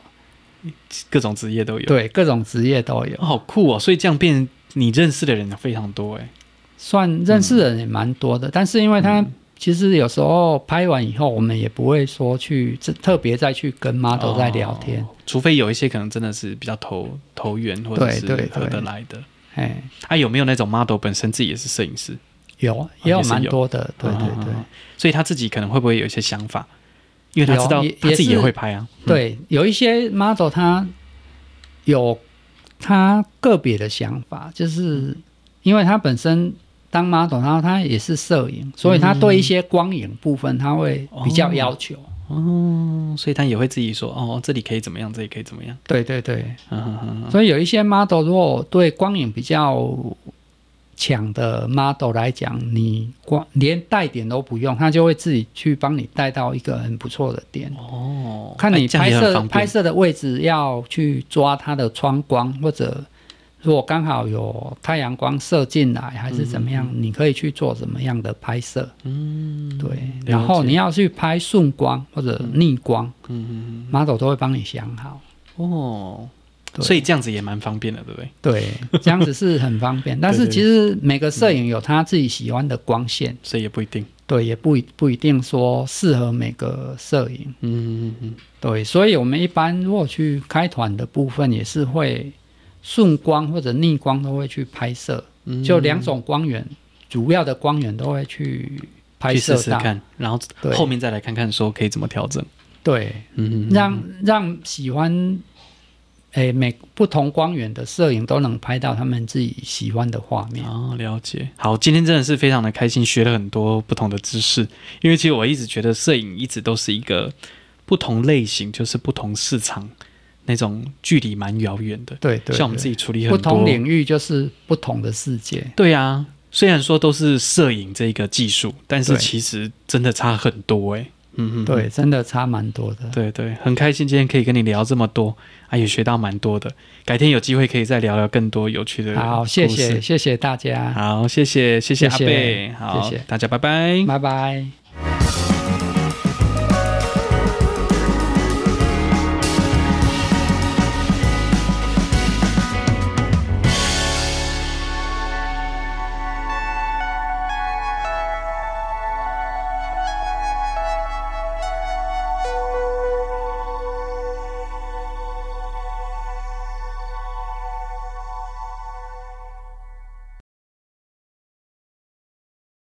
S1: 各种职业都有，
S2: 对各种职业都有
S1: 哦，，好酷哦！所以这样变，你认识的人非常多哎、
S2: 算认识的人也蛮多
S1: 嗯
S2: 的。但是因为他其实有时候拍完以后，我们也不会说去这特别再去跟 model 在聊天，
S1: 哦除非有一些可能真的是比较投投缘或者
S2: 对
S1: 是
S2: 对
S1: 合得
S2: 对
S1: 来的。
S2: 哎，
S1: 啊，有没有那种 model 本身自己也是摄影师？
S2: 有也有
S1: 啊也是
S2: 蛮
S1: 有
S2: 多的，对对对。
S1: 啊所以他自己可能会不会有一些想法？因为他
S2: 有啊
S1: 知道
S2: 也
S1: 他自己
S2: 也
S1: 也
S2: 是
S1: 会拍啊，嗯，
S2: 对，有一些 model 他有他个别的想法，就是因为他本身当 model，然后他也是摄影，所以他对一些光影部分他会比较要求。
S1: 嗯所以他也会自己说哦，这里可以怎么样，这里可以怎么样，
S2: 对对对，
S1: 嗯哼哼哼，
S2: 所以有一些 model 如果对光影比较强的 model 来讲，你光连带点都不用，他就会自己去帮你带到一个很不错的点。
S1: 哦，
S2: 看
S1: 哎
S2: 你
S1: 这样
S2: 拍
S1: 也很
S2: 摄
S1: 方
S2: 拍
S1: 便，
S2: 摄的位置要去抓它的窗光，或者如果刚好有太阳光射进来，还是怎么样，你可以去做怎么样的拍摄。
S1: 嗯，
S2: 对，
S1: 解
S2: 然后你要去拍顺光或者逆光、
S1: 嗯
S2: m o d e l 都会帮你想好。
S1: 哼哼，哦，
S2: 对
S1: 所以这样子也蛮方便的，对不对？
S2: 对， 这样子是很方便。但是其实每个摄影有他自己喜欢的光线，
S1: 所以也不一定，
S2: 对，也不一不一定说适合每个摄影。
S1: 嗯嗯
S2: 对，所以我们一般如果去开团的部分，也是会顺光或者逆光都会去拍摄，
S1: 嗯
S2: 就两种光源，主要的光源都会去拍
S1: 去
S2: 摄
S1: 试试
S2: 到。
S1: 看，然后
S2: 对
S1: 后面再来看看说可以怎么调整，
S2: 对，
S1: 嗯，哼哼
S2: 让让喜欢诶每不同光源的摄影都能拍到他们自己喜欢的画面。
S1: 哦，了解。好，今天真的是非常的开心，学了很多不同的知识。因为其实我一直觉得摄影一直都是一个不同类型，就是不同市场那种距离蛮遥远的。
S2: 对对，
S1: 像我们
S2: 对
S1: 自己处理很
S2: 不
S1: 多
S2: 同领域就是不同的世界。
S1: 对啊，虽然说都是摄影这一个技术，但是
S2: 对
S1: 其实真的差很多哎、嗯嗯，
S2: 对，真的差蛮多的。
S1: 对对，很开心今天可以跟你聊这么多，啊，也学到蛮多的。改天有机会可以再聊聊更多有趣的
S2: 好，谢
S1: 故事
S2: 谢谢谢大家，
S1: 好，谢谢谢谢阿
S2: 谢谢
S1: 贝，好，
S2: 谢谢
S1: 大家拜拜，
S2: 拜拜。